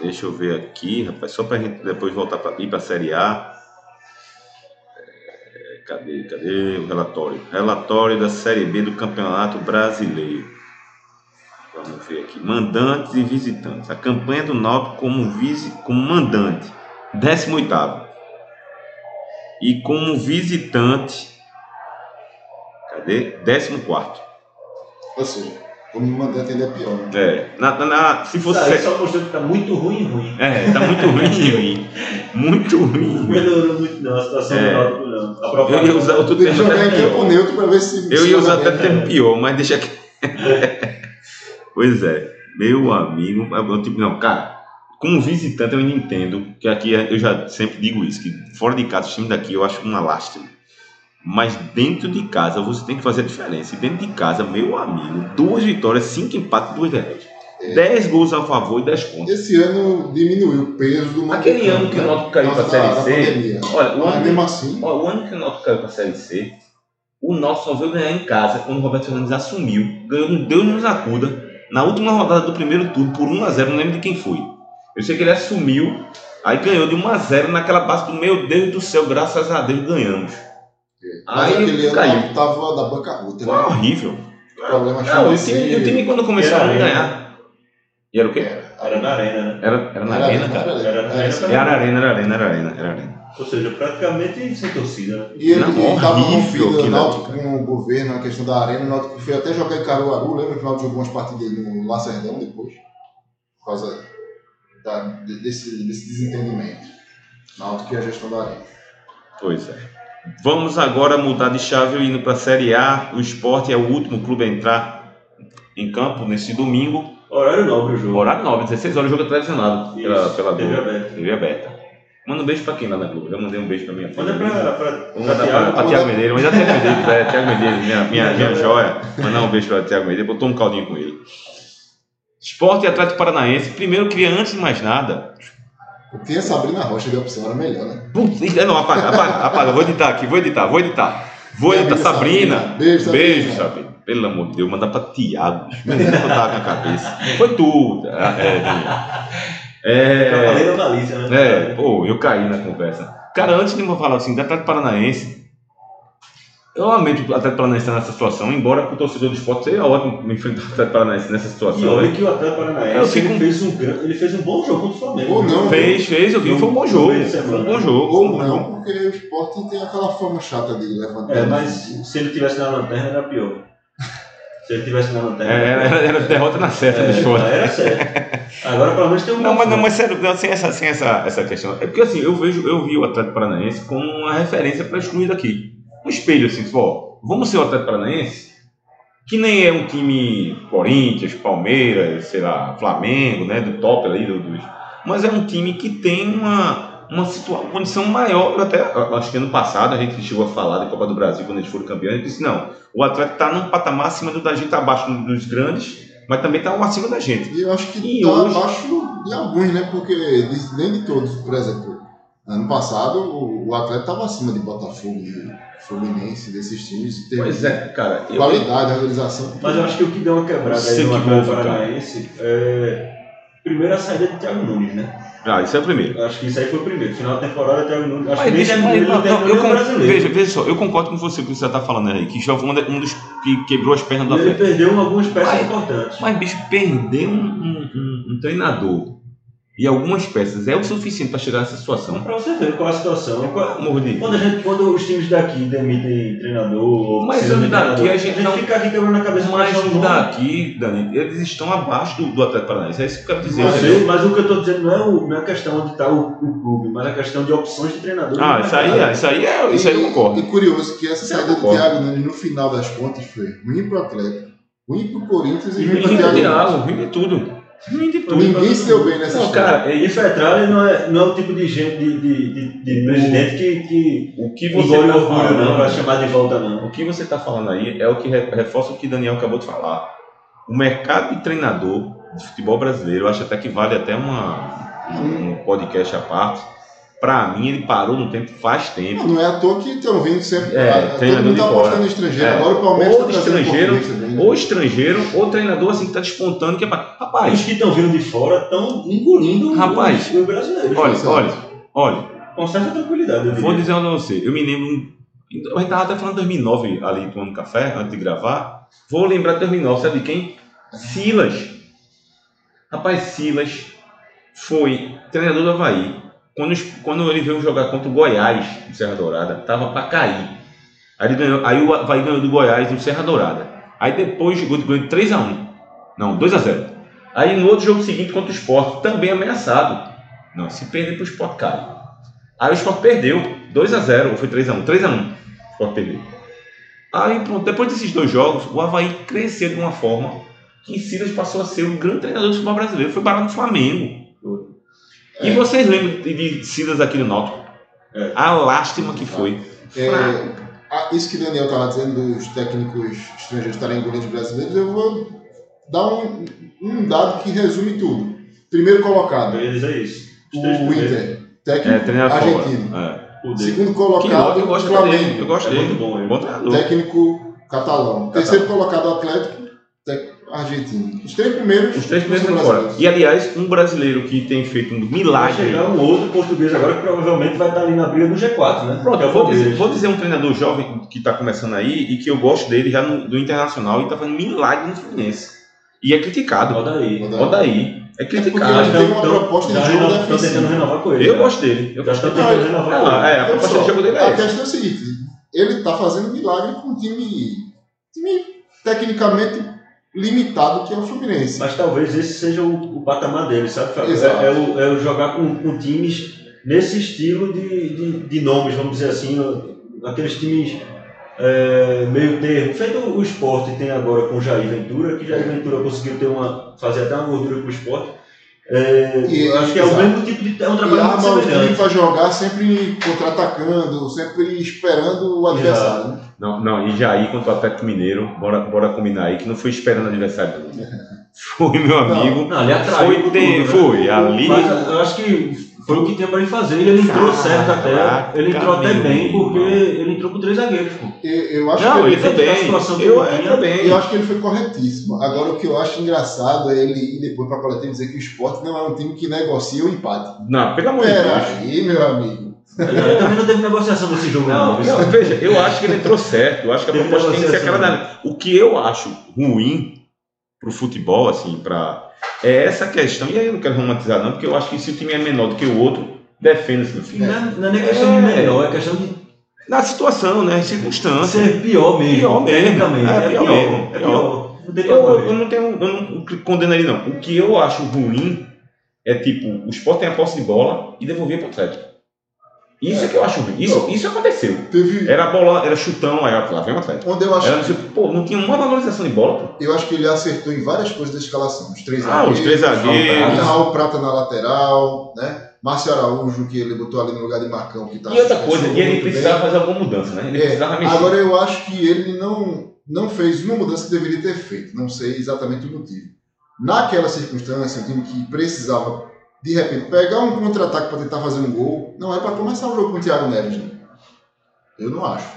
A: Deixa eu ver aqui, rapaz, só pra gente depois voltar pra, ir pra Série A. É, cadê, cadê o relatório? Relatório da Série B do Campeonato Brasileiro. Vamos ver aqui. Mandantes e visitantes. A campanha do Náutico como, visi, como mandante, 18º. E como visitante, cadê? 14º.
B: Ou seja, como mandante ele é pior. Né?
A: É, na, na- na- se fosse...
C: Isso aí só mostrando que tá muito ruim, ruim.
A: É, tá muito ruim, ruim. Muito
C: Não
A: ruim.
C: melhorou muito não a situação
A: É.
C: do Náutico, não. A
A: Eu ia usar outro
B: Tem que
A: termo
B: jogar em
A: até
B: campo
A: pior.
B: neutro pra ver se.
A: Eu
B: se
A: ia usar até
B: joga bem.
A: termo pior, mas deixa aqui. pois é, meu amigo. é bom, Tipo, não, cara, como visitante eu ainda entendo, que aqui é, eu já sempre digo isso, que fora de casa, o time daqui eu acho uma lástima. Mas dentro de casa você tem que fazer a diferença. E dentro de casa, meu amigo, duas vitórias, cinco empates, duas derrotas. Dez gols a favor e dez contra.
B: Esse ano diminuiu o peso do
A: Aquele
B: Mantucano,
A: ano que o
B: né?
A: Náutico caiu
B: Nossa,
A: pra Série
B: da- da
A: C,
B: pandemia.
A: Olha, o
B: Mas
A: ano
B: mesmo assim,
A: Ó, o ano que o Náutico caiu pra Série C, o Náutico só veio ganhar em casa quando o Roberto Fernandes assumiu. Ganhou no Deus nos acuda. Na última rodada do primeiro turno, por 1x0, não lembro de quem foi. Eu sei que ele assumiu, aí ganhou de 1x0 naquela base do meu Deus do céu, graças a Deus ganhamos.
B: mas aquele
A: Aí
B: ano
A: caiu.
B: tava da bancarrota,
A: Foi
B: né?
A: horrível.
B: Problema
A: Não, o time,
B: assim,
A: o time quando começou a
C: Era arena.
A: ganhar. E era o quê?
B: Era,
C: Era na arena, né?
A: Era, era na arena, cara.
B: era-
C: Era na
B: era-
C: arena.
A: Era arena, era arena, era arena, era arena.
C: Ou seja, praticamente sem torcida, né?
B: E ele
A: Não,
B: tava
A: horrível
B: envolvido o
A: aquilo,
B: Náutico com o governo, na questão da arena. O Náutico foi até jogar em Caruaru, lembra que o Náutico jogou umas partidas no Lacerdão depois? Por causa da- de- desse, desse desentendimento. Náutico e a gestão da arena.
A: Pois é. Vamos agora mudar de chave indo para a Série A. O esporte é o último clube a entrar em campo nesse domingo.
C: Horário nobre o jogo.
A: Horário 9, 16 horas, o jogo é televisionado pela,
C: Isso,
A: pela
C: TV
A: Globo.
C: aberta.
A: TV aberta. Manda um beijo para quem lá na Globo. Já mandei um beijo para minha
C: Manda
A: filha.
C: pra, pra,
A: Vou
C: pra
A: mandar
C: Thiago.
A: para pra Tiago Medeiros, mas já Tiago Medeiros, é, Tiago Medeiros, minha, minha, minha joia. Mandar um beijo para Tiago Medeiros, botou um caldinho com ele. Esporte e Atlético Paranaense. Primeiro, queria antes de mais nada
B: Tinha Sabrina Rocha de opção, era melhor, né?
A: Bum, é, não, apaga, apaga, apaga. Vou editar aqui, vou editar, vou editar. Vou
B: Minha
A: editar,
B: amiga
A: tá Sabrina.
B: Sabrina. Beijo, Sabrina.
A: Beijo, Sabrina. Pelo amor de Deus, mandar pra Tiago. bicho. Não lembro o que eu tava com a cabeça. Foi tu. Ah, É, Daniel. é,
C: Cavaleiro da Malícia, né?
A: é, pô, eu caí na conversa. Cara, antes de eu falar assim, do Atlético Paranaense, eu amei que o Atlético Paranaense tá nessa situação, embora pro torcedor do esporte seria ótimo me enfrentar o Atlético Paranaense nessa situação.
C: E
A: né?
C: olha que o Atlético
A: Eu
C: Paranaense
A: fico-
C: ele fez, um gran... ele fez um bom jogo contra o Flamengo.
B: Ou não,
A: Fez, fez, eu vi, foi um bom jogo.
C: Fez,
A: Foi um bom jogo.
C: né?
A: foi um
B: Ou
A: bom jogo.
B: não, porque o esporte tem aquela fama chata de levantar.
C: É, mas se ele tivesse na lanterna era pior. Se ele tivesse na lanterna.
A: É,
C: era,
A: era, era derrota na certa
C: É.
A: do esporte.
C: pior. era certo. Agora pelo menos tem um.
A: Não, mas, não,
C: confronto.
A: mas sério, não, sem, essa, sem essa, essa questão. É porque assim, eu vejo, eu vi o Atlético Paranaense como uma referência para excluir daqui. Um espelho, assim, pô, vamos ser o Atlético Paranaense, que nem é um time Corinthians, Palmeiras, sei lá, Flamengo, né? Do top ali, do, dos. Mas é um time que tem uma, uma, situa- uma condição maior. Eu até eu acho que ano passado a gente chegou a falar da Copa do Brasil quando eles foram campeões, a gente disse, não, o Atlético está num patamar acima do da gente, tá abaixo dos grandes, mas também está um acima da gente.
B: E eu acho que
A: E
B: tá
A: hoje-
B: abaixo de alguns, né? Porque de- nem de todos, por exemplo, ano passado o, o Atlético estava acima de Botafogo, de Fluminense, desses times. Teve
A: Pois é, cara. eu-
B: qualidade, organização.
C: Mas eu acho que o que deu uma quebrada
A: Sei
C: aí no
A: que
C: Atlético
A: houve, cara.
C: Paranaense é. Primeiro a saída de Thiago Nunes, né?
A: Ah, isso é o primeiro.
C: Eu acho que isso aí foi o primeiro. Final da temporada, Thiago Nunes. Acho
A: Mas
C: que nem
A: deixa-
C: Thiago Nunes não
A: não, não,
C: terminou
A: eu
C: no
A: con-
C: um brasileiro.
A: veja, veja só, eu concordo com você com o que você está falando aí, que já foi um da- um dos que quebrou as pernas do
C: E ele
A: Atlético.
C: perdeu algumas peças
A: Mas-
C: importantes.
A: Mas, bicho, perder um, um- um- um treinador e algumas peças é o suficiente para chegar nessa situação.
C: Para você ver qual é a situação. qual-
A: Morro de-
C: Quando, a gente, quando os times daqui demitem treinador, ou
A: Mas
C: precisam de
A: os daqui
C: treinador,
A: a gente não-
C: fica aqui quebrando a cabeça
A: Mas
C: achando
A: os
C: nome.
A: daqui, Dani, eles estão abaixo do, do Atlético Paranaense. É isso que eu quero dizer.
C: Mas,
A: entendeu?
C: eu- mas o que eu estou dizendo não é, o, não é a questão de estar o, o clube, mas a questão de opções de treinador.
A: Ah, isso aí, é- isso aí é, isso aí eu concordo.
B: E curioso que essa
A: Isso eu
B: saída do
A: concordo.
B: Thiago Nunes, no final das contas, foi ruim pro Atlético, ruim pro Corinthians e
A: Ruim
B: ruim
A: de
B: pro Thiago Nunes.
A: Thiago, ruim de tudo. Ruim de tudo.
B: Ninguém se deu bem nessa
A: Não,
B: história.
A: cara,
C: É, Isso é tralha e não é, não é o tipo de gente, de, de, de- de
A: O-
C: presidente que, que
A: o que você
C: engole
A: tá
C: o orgulho não, vai
A: falando,
C: chamar de volta não.
A: o que você está falando aí é o que re- reforça o que Daniel acabou de falar. O mercado de treinador de futebol brasileiro, eu acho até que vale até uma, um um podcast à parte. Para mim, ele parou no tempo faz tempo.
B: Não, não é à toa que estão vindo sempre.
A: É,
B: ah, todo
A: treinador
B: mundo
A: de
B: tá
A: fora.
B: apostando no estrangeiro.
A: É.
B: Agora o Palmeiras
A: Ou
B: tá trazendo
A: estrangeiro,
B: português também, né?
A: Ou estrangeiro, ou treinador assim que tá despontando, que é pra...
C: Os
A: Rapaz,
C: que estão vindo de fora estão engolindo os-
A: Rapaz,
C: os brasileiros.
A: olha,
B: Certo.
A: olha, olha.
C: Com certa tranquilidade, eu
A: Vou
C: diria.
A: dizer uma pra você, eu me lembro. um, Eu estava até falando de 2009 ali tomando café, antes de gravar. Vou lembrar de 2009, sabe de quem? Silas. Rapaz, Silas foi treinador do Havaí. Quando, os- quando ele veio jogar contra o Goiás, no Serra Dourada, tava para cair. Aí, ele ganhou, aí o Havaí ganhou do Goiás no Serra Dourada. Aí depois jogou ganhou de 3x1. Não, 2x0. Aí no outro jogo seguinte contra o Sport, também ameaçado. Não, se perder para o Sport cai. Aí o Sport perdeu 2x0, ou foi 3x1, 3x1. O Sport perdeu. Aí pronto, depois desses dois jogos, o Havaí cresceu de uma forma que Silas passou a ser o grande treinador do futebol brasileiro. Foi parar no Flamengo. E
B: É.
A: vocês lembram de, de Silas aqui no Náutico?
C: É.
A: A lástima que foi.
B: É,
A: Fraco.
B: ah, isso que o Daniel estava dizendo dos técnicos estrangeiros estarem engolindo os brasileiros, eu vou dar um, um dado que resume tudo. Primeiro colocado,
C: Eles é isso. Os três
B: o
C: primeiros,
B: Inter, técnico
A: É, treinador
B: argentino.
A: fora.
C: o dele.
B: Segundo
A: É. Que
B: colocado,
A: louco, eu gosto dele. Eu
B: Flamengo,
A: gosto
C: É muito
A: dele.
C: bom, ele.
A: Bom treinador.
B: técnico catalão. Terceiro colocado, Atlético, técnico argentino. Os três primeiros,
A: Os três primeiros
B: são
A: foram fora.
B: brasileiros.
A: E aliás, um brasileiro que tem feito um
C: Vai
A: milagre.
C: chegar um outro português agora que provavelmente vai estar ali na briga do G4, né?
A: Pronto,
C: Que é o
A: eu vou dizer,
C: Palmeiras.
A: vou dizer um treinador jovem que está começando aí e que eu gosto dele já no- do Internacional e tá fazendo milagre no Fluminense. E é criticado.
C: Roda aí.
B: Roda-
A: Roda aí. É
B: Mas
A: criticado.
B: tem uma proposta de
C: já
B: jogo né,
C: reno-
B: defensivo.
C: Estão tentando renovar com ele. né?
A: Eu gosto dele. Eu
C: Já
A: gosto
C: estão
A: dele.
C: tentando
A: É,
C: renovar com
A: lá,
C: ele.
A: é, a
B: Olha
A: proposta
B: só,
A: de jogo dele é
B: A
A: essa.
B: questão é o seguinte: ele tá fazendo milagre com um time, time tecnicamente limitado que é o Fluminense.
C: Mas talvez esse seja o, o patamar dele, sabe, Fábio?
B: Exato.
C: É, é o, é o jogar com, com times nesse estilo de, de, de nomes, vamos dizer assim, aqueles times é, meio termo. Feito o esporte tem agora com o Jair Ventura, que Jair Ventura conseguiu ter uma, fazer até uma gordura com o esporte. É,
B: E-
C: acho que é o
B: exato.
C: mesmo tipo de. É um
B: E
C: trabalho muito
B: arma o time
C: semelhante.
B: para jogar sempre contra-atacando, sempre esperando o adversário. né?
A: Não, não, e Jair contra o Atlético Mineiro, bora, bora combinar aí, que não foi esperando o adversário dele. Foi, meu
B: Não.
A: amigo.
C: Não, ele atraiu
A: Foi,
C: tudo,
A: ter-
C: né?
A: foi, ali.
C: Mas eu acho que foi o que tinha pra ele fazer. Ele entrou
A: Caraca,
C: certo até. Ele entrou até
A: meu
C: bem,
A: irmão.
C: porque ele entrou com três zagueiros, pô.
B: Eu, eu acho
A: Não,
B: que
A: ele
B: ele,
A: foi
C: dentro da
A: bem.
C: situação que
A: Eu,
C: ele
A: ele
C: tinha,
A: foi bem.
B: eu acho que ele foi corretíssimo. Agora, o que eu acho engraçado é ele ir depois para a coletiva dizer que o esporte não é um time que negocia o empate.
A: Não, é, pelo amor de
B: Pera
A: Deus.
B: aí, meu amigo.
C: Ele também não teve negociação nesse jogo, não.
A: É. Não,
C: viu?
A: não, veja, eu acho que ele entrou certo. né? Eu acho que a
C: Teve
A: proposta tem que ser aquela
C: negociação,
A: da. O que eu acho ruim pro futebol, assim, pra. É essa questão. E aí eu não quero romantizar, não, porque eu acho que se o time é menor do que o outro, defenda-se no fim.
C: Não é, não é nem questão de melhor, é questão de
A: Na situação, né? Circunstância.
C: ser pior mesmo.
A: Pior mesmo.
C: tecnicamente,
A: É,
C: É,
A: pior
C: pior,
A: mesmo,
C: É
A: pior.
C: pior. Não tem
A: Eu,
C: como.
A: eu- eu não tenho, eu não condeno ele não. O que eu acho ruim é tipo, o Sport tem a posse de bola e devolver pro Atlético. Isso é, que eu acho ruim. Isso, isso aconteceu.
B: Teve.
A: Era bola, era chutão, aí ó, lá vem o Atlético.
B: Onde eu acho,
A: Era, tipo, pô, não tinha uma valorização de bola, pô.
B: eu acho que ele acertou em várias coisas da escalação. Os três
A: Ah, os três zagueiros.
B: Prata, Raul Prata na lateral, né? Márcio Araújo, que ele botou ali no lugar de Marcão, que tá
A: E outra coisa, e ele
B: muito bem.
A: precisava fazer alguma mudança, né? Ele
B: É,
A: precisava mexer.
B: Agora eu acho que ele não, não fez uma mudança que deveria ter feito. Não sei exatamente o motivo. Naquela circunstância, um time que precisava, de repente, pegar um contra-ataque para tentar fazer um gol, não é para começar o jogo com o Thiago Neves, né? Eu não acho.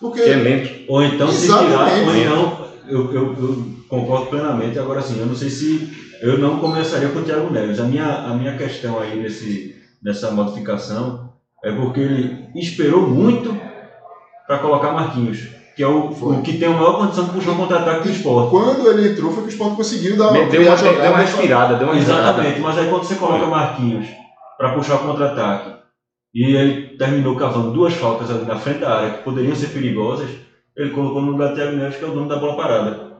B: Porque
A: Que é lento.
C: Ou então se tirar,
B: Exatamente.
C: ou então. Eu, eu- eu concordo plenamente. Agora sim, eu não sei se. Eu não começaria com o Thiago Neves. A minha, a minha questão aí nesse, nessa modificação é porque ele esperou muito para colocar Marquinhos. Que que é o,
B: Foi.
C: o que tem a maior condição de puxar o contra-ataque do esporte.
B: Quando ele entrou, foi que o Sport conseguiu dar
A: Meteu
B: criar
A: uma, deu uma
B: jogada.
A: respirada, deu uma respirada.
C: Exatamente, mas aí quando você coloca Marquinhos para puxar o contra-ataque e ele terminou cavando duas faltas ali na frente da área que poderiam ser perigosas, ele colocou no lugar de Thiago Neves, que é o dono da bola parada.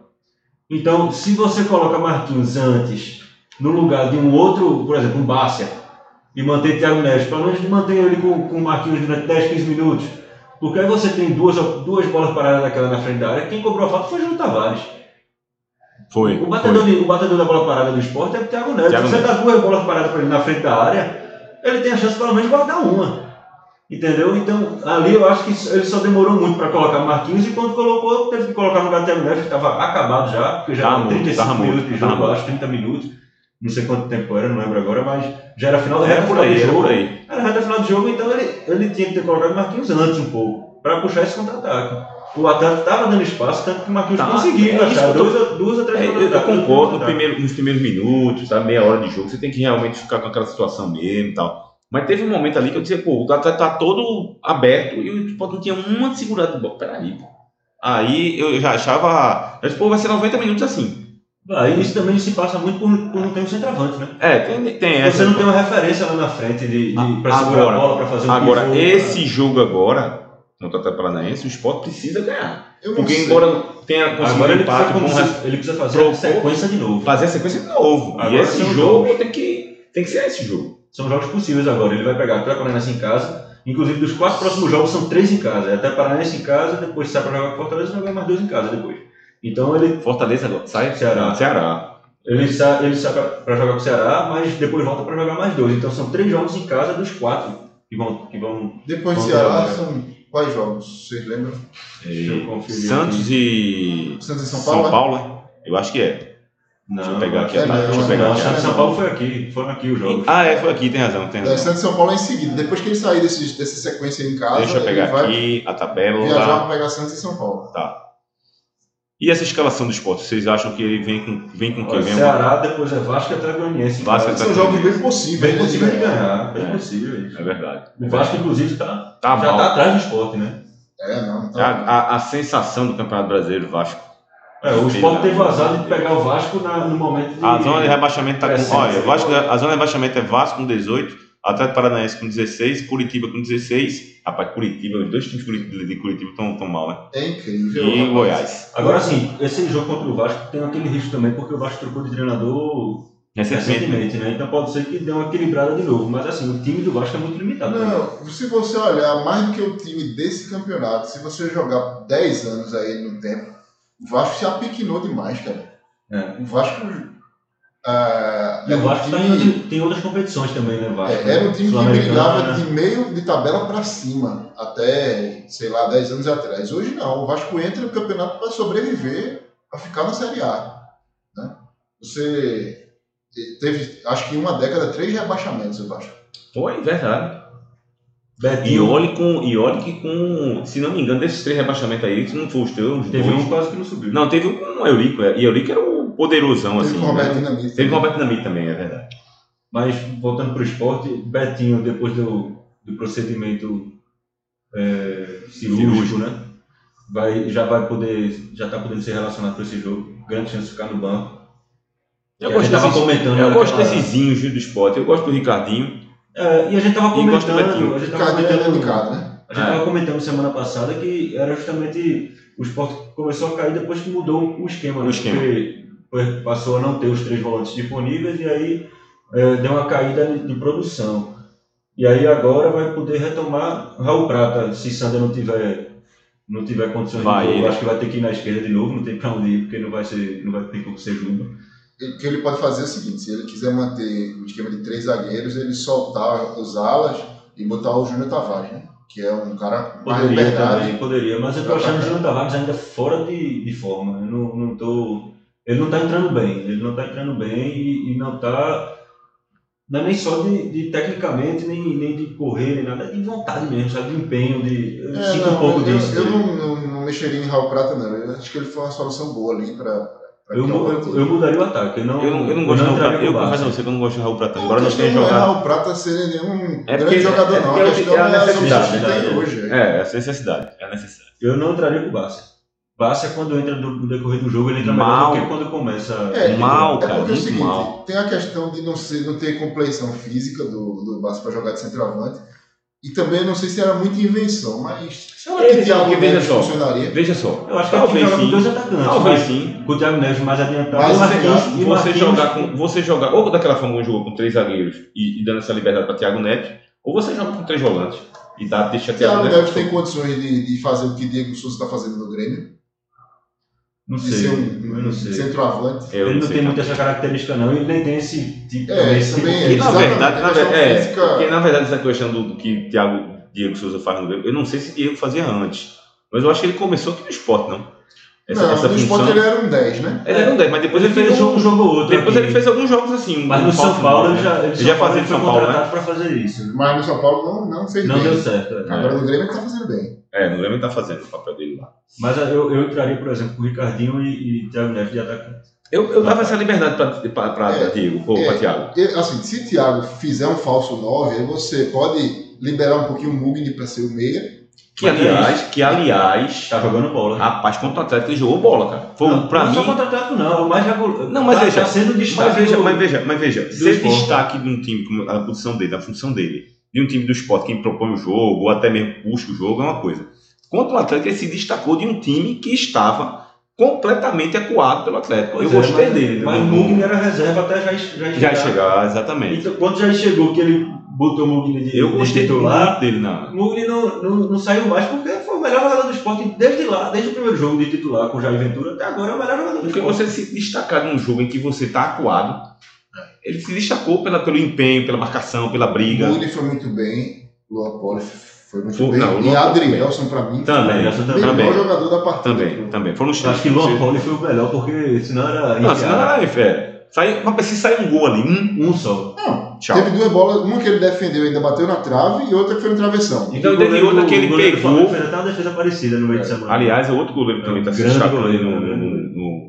C: Então, se você coloca Marquinhos antes no lugar de um outro, por exemplo, um Bárcia, e manter Thiago Neves, pelo menos manter ele com, com Marquinhos durante 10, 15 minutos, porque aí você tem duas, duas bolas paradas daquela na frente da área, quem cobrou a falta foi Júlio Tavares.
A: Foi.
C: O
A: foi.
C: batedor, de- o batedor da bola parada do esporte é o Thiago Neves.
A: Thiago
C: Se você
A: Neves.
C: dá duas bolas paradas para ele na frente da área, ele tem a chance pelo menos de guardar uma. Entendeu? Então, ali eu acho que isso- ele só demorou muito para colocar Marquinhos e quando colocou, teve que colocar no lugar do Thiago Neves, que estava acabado já, porque já
A: Tava
C: era
A: morto,
C: 35
A: tava morto,
C: minutos de jogo,
A: tava morto.
C: acho 30 minutos. Não sei quanto tempo era, não lembro agora, mas já era final da reta
A: Era É, por aí,
C: final
A: era
C: do jogo.
A: por aí.
C: Era reta final do jogo, então ele, ele tinha que ter colocado Marquinhos antes um pouco, para puxar esse contra-ataque. O Atlético estava dando espaço, tanto que o Marquinhos
A: Tá,
C: conseguiu
A: é isso que
C: achar
A: eu tô-
C: duas, a- duas a três
A: É, eu, eu
C: contra-ataques.
A: concordo no primeiro- nos primeiros minutos, sabe, meia hora de jogo, você tem que realmente ficar com aquela situação mesmo e tal. Mas teve um momento ali que eu disse, pô, o Atlético tá todo aberto e o Sport não tinha uma segurada de bola. Peraí, pô. Aí eu já achava. Eu disse, pô, vai ser 90 minutos assim.
C: Ah, e isso também se passa muito por, por não ter um centroavante, né?
A: É, tem, tem essa.
C: Você não tem uma referência lá na frente de, de, pra
A: Ah,
C: segurar
A: agora.
C: a bola, pra fazer um
A: Agora,
C: pivô, pra-
A: esse jogo agora, no Atlético Paranaense, o Sport precisa ganhar.
B: Eu não
A: Porque
B: sei.
A: embora tenha conseguido
C: Agora ele
A: empate,
C: precisa,
A: bom
C: conduzir-
A: res-
C: ele precisa fazer
A: Trocou.
C: a sequência de novo.
A: fazer a sequência de novo.
C: Agora
A: e esse
C: tem um
A: jogo, tem, que, tem que ser esse jogo.
C: São jogos possíveis agora. Ele vai pegar Atlético Paranaense em casa. Inclusive, dos quatro próximos jogos, são três em casa. É até Paranaense em casa, depois sai pra jogar com Fortaleza e jogar mais dois em casa depois. Então, ele,
A: Fortaleza agora. Sai
C: Ceará.
A: Não, Ceará.
C: ele sai, ele sai pra, pra jogar com o Ceará, mas depois volta pra jogar mais dois. Então, são três jogos em casa dos quatro que vão... Que vão
B: Depois do
C: Vamos
B: Ceará,
C: ver,
B: são quais jogos? Vocês lembram?
C: Deixa eu conferir
A: Santos e
B: Santos e São
A: São
B: Paulo?
A: Paulo,
B: né?
A: é? eu acho que é.
C: Não,
A: Deixa eu pegar aqui.
B: É, não,
A: deixa eu
B: não,
A: pegar
C: Não,
A: aqui.
C: Santos e São Paulo foi aqui, foram aqui os jogos.
A: Ah, é, foi aqui, tem razão, tem
B: É,
A: razão.
B: Santos e São Paulo é em seguida. Depois que ele sair desse, dessa sequência aí em casa,
A: Deixa eu
B: ele
A: pegar
B: vai
A: aqui a
B: viajar
A: tabela.
B: para pegar Santos e São Paulo.
A: E essa escalação do esporte, vocês acham que ele vem com vem com
C: Ó,
A: quem? Vem
C: Ceará, depois é Vasco e Atlético
A: Vasco
C: Goianiense.
A: e
C: Cara,
B: São
A: Atlético
B: jogos bem
A: Goianiense.
B: possíveis.
C: Bem
B: né,
C: possível de
B: ganhar.
C: ganhar, bem
A: É.
C: possível.
A: É verdade.
C: O Vasco, inclusive, tá,
A: Tá
C: já
A: mal.
C: tá atrás do esporte, né?
B: É, não.
A: A,
B: Tá.
A: a- a sensação do Campeonato Brasileiro, Vasco.
C: É, o
A: Sim,
C: esporte
A: né?
C: teve o azar de pegar o Vasco na- no momento de...
A: A zona de rebaixamento tá com.
C: Crescente,
A: Olha,
C: né?
A: Vasco, a zona de rebaixamento é Vasco com 18, Atlético Paranaense com 16, Curitiba com 16. Rapaz, Curitiba, os dois times Curitiba- de Curitiba estão tão mal, né?
B: É incrível.
A: E
B: rapaz.
A: Goiás.
C: Agora sim, esse jogo contra o Vasco tem aquele risco também, porque o Vasco trocou de treinador
A: Recentemente.
C: recentemente, né? Então pode ser que dê uma equilibrada de novo. Mas assim, o time do Vasco é muito limitado. né?
B: Não, se você olhar mais do que o time desse campeonato, se você jogar 10 anos aí no tempo, o Vasco se apequinou demais, cara.
C: É.
B: O Vasco. ah,
C: E o
B: era um
C: Vasco tá
B: time-
C: indo, tem outras competições também, né, Vasco?
B: É, era um time que
C: Sul-Americana,
B: brigava
C: né?
B: de meio de tabela para cima, até, sei lá, 10 anos atrás. Hoje não, o Vasco entra no campeonato para sobreviver, para ficar na Série A. né? Você teve, acho que em uma década, três rebaixamentos o Vasco.
A: Foi, verdade. E
C: Betinho,
A: olhe, com, e olhe que com, se não me engano, desses três rebaixamentos aí, se não for os teus, uns
C: teve
A: dois.
C: um quase que não subiu.
A: Não, teve um com o Eurico, é, e Eurico era o poderosão,
B: Teve
A: assim.
B: com o Roberto
A: né?
B: Dinamite.
A: Teve com o Roberto Dinamite também, é verdade.
C: Mas voltando para o esporte, Betinho, depois do, do procedimento é, cirúrgico,
A: Cirúrgico.
C: né? Vai, já vai poder, já está podendo ser relacionado para esse jogo. Grande chance de ficar no banco.
A: Eu
C: Que a
A: gosto,
C: gente tava
A: desses,
C: comentando.
A: eu
C: né,
A: gosto
C: aquela-
A: desses zinhos do esporte, eu gosto do Ricardinho.
C: É, e a gente estava
A: E gosto do
C: comentando,
A: Betinho.
C: a gente tava
B: Cadê
C: comentando,
B: delicado, né?
C: a gente
A: É.
C: tava comentando semana passada que era justamente o esporte começou a cair depois que mudou o esquema,
A: O
C: né?
A: esquema.
C: Porque foi- passou a não ter os três volantes disponíveis e aí é, deu uma caída de, de produção. E aí agora vai poder retomar Raul Prata, se Sander não tiver não tiver condições
A: Vai
C: de novo,
A: ele.
C: acho que vai ter que ir na esquerda de novo, não tem pra onde ir, porque não vai ser, não vai ter como ser Juba.
B: O que ele pode fazer é o seguinte: se ele quiser manter o esquema de três zagueiros, ele soltar os alas e botar o Júnior Tavares, né? Que é um cara mais
C: Poderia
B: liberdade.
C: também, poderia, mas eu tô achando o Júnior Tavares ainda fora de, de forma. Eu não, não tô, ele não tá entrando bem, ele não tá entrando bem e, e não tá. Não é nem só de, de tecnicamente, nem, nem de correr, nem nada, é de vontade mesmo, sabe? De empenho, de. Eu
B: É,
C: sinto
B: não,
C: um pouco
B: eu,
C: disso.
B: Eu
C: dele.
B: não, não, não mexeria em Raul Prata, não. Eu acho que ele foi uma solução boa ali pra. pra um
C: Eu, mu- eu, eu mudaria o ataque. Eu não,
A: Eu não, eu não gosto do Raul
C: entraria
A: Prata. Eu
C: com o
A: confesso a
C: Barça.
A: você que eu não gosto do Raul Prata. Embora
B: a
A: não
B: questão
A: tenha
B: não é
A: jogado.
B: Raul Prata ser nenhum
A: É porque-
B: grande jogador,
A: é
B: não.
A: porque
B: a questão
A: é a
B: é as opções que
A: necessidade,
B: tem
C: né?
B: hoje.
A: É, essa é a necessidade. É a necessidade.
C: Eu não entraria com o Barça. passa quando entra no, no decorrer do jogo, ele entra
A: Mal.
C: melhor do que quando começa.
B: É,
A: mal,
B: é
A: cara,
B: porque é o
A: muito
B: seguinte,
A: mal.
B: tem a questão de não, ser, não ter compleição física do, do Barça para jogar de centroavante. E também não sei se era muita invenção, mas.
A: Ele tem alguém, veja
B: que
A: só.
B: funcionaria.
A: Veja só,
C: Eu acho que ele
A: talvez
C: joga com dois
A: sim,
C: atacantes.
A: talvez
C: mas
A: sim,
C: Com o Thiago Neves mais adiantado.
B: Mas
C: e Marquinhos-
A: E você
C: e Marquinhos-
A: jogar com. Você jogar ou daquela forma um jogo com três zagueiros e, e dando essa liberdade para Thiago Neves, ou você joga com três volantes e dá, deixa Thiago,
B: Thiago
A: Neves.
B: Neves tem condições de, de fazer o que Diego Souza está fazendo no Grêmio.
C: Não
B: De
C: sei.
B: ser
C: eu
B: um,
C: não
B: um
C: sei.
B: centroavante.
A: Eu
C: ele não
A: sei, é
C: tem
A: cara.
C: muito essa característica, não. Ele nem tem esse tipo.
B: É,
C: esse
B: também
C: tipo
B: é.
A: Que na
B: Exatamente,
A: verdade, na,
B: a
A: ver-
B: questão
A: é,
B: física-
A: porque, na verdade, essa questão do, do que Thiago Diego Souza faz no Grêmio, eu não sei se Diego fazia antes, mas eu acho que ele começou aqui no esporte, não. Essa,
B: não,
A: essa
B: no
A: função.
B: esporte ele era um 10, né?
A: Ele era um 10, mas depois
C: Depois
A: ele,
C: ele fez
A: virou-
C: um jogo ou outro.
A: Depois
C: aqui.
A: ele fez alguns jogos assim.
C: Mas no
A: um
C: São
A: falso,
C: Paulo
A: né?
C: ele já, ele
A: Ele já fazia
C: ele
A: no
C: foi
A: São Paulo, né?
C: contratado para fazer isso. né?
B: Mas no São Paulo não, não fez
C: Não
B: bem.
C: deu certo. é.
B: Agora no Grêmio ele está fazendo bem.
A: É, no Grêmio ele tá fazendo o papel dele lá.
C: Mas ah, eu, eu entraria, por exemplo, com o Ricardinho e, e Thiago Neves de atacante.
A: Eu, eu dava essa liberdade para
B: É,
A: Diego, ou
B: é.
A: para Thiago.
B: E, assim, se Thiago fizer um falso 9, aí você pode liberar um pouquinho o Mugni para ser o meia.
A: Que
C: Mas é
A: aliás, que aliás, um
C: Tá jogando bola.
A: Rapaz, contra o Atlético ele jogou bola, cara. Ah, Foi, um-
C: não,
A: pra
C: não só
A: mim.
C: contra o Atlético, não. Mas já gol-
A: Não, mas
C: tá,
A: veja,
C: Tá sendo
A: Mas
C: destaque.
A: veja,
C: do-
A: mas veja, mas veja,
C: do
A: ser
C: esporte.
A: destaque de um time, como a posição dele, a função dele, de um time do esporte, quem propõe o jogo, ou até mesmo puxa o jogo, é uma coisa. Contra o Atlético, ele se destacou de um time que estava completamente acuado pelo Atlético.
C: Pois
A: Eu
C: é,
A: gostei
C: mas-
A: dele.
C: Mas
A: né?
C: o Mugni era reserva até já, já,
A: já ia chegar, exatamente.
C: Então, quando já chegou que ele botou o Mugni de,
A: Eu
C: de
A: gostei
C: titular,
A: muito dele na.
C: o Mugni não, não, não saiu mais porque foi o melhor jogador do esporte desde lá, desde o primeiro jogo de titular com o Jair Ventura até agora é o melhor jogador do
A: Porque
C: esporte.
A: você se destacar num jogo em que você está acuado, ele se destacou pela, pelo empenho, pela marcação, pela briga.
B: Mugni foi muito bem. Luan Poli foi muito
A: Foi-
B: bem.
A: não, o Luan
B: e
A: Poli
B: Adrielson, para mim,
A: Também,
C: Essa
B: foi o melhor
A: também.
B: jogador da partida.
A: Também, também. Foram os
C: É, Eu acho que Luan Pauli foi o melhor porque senão era
A: Não,
C: enfiado.
A: senão era é. Sai, mas se sair um gol ali, um,
C: um só.
B: Não,
A: tchau.
C: um
B: teve duas bolas, uma que ele defendeu e ainda bateu na trave e outra que foi no travessão.
A: Então,
C: E o
A: teve
C: goleiro-
A: outra que ele
C: o goleiro do
A: pegou.
C: Flamengo fez até uma defesa parecida no meio de semana.
A: Aliás, é outro goleiro que também está se
C: Grande
A: destacando
C: goleiro,
A: no, no,
C: né?
A: no-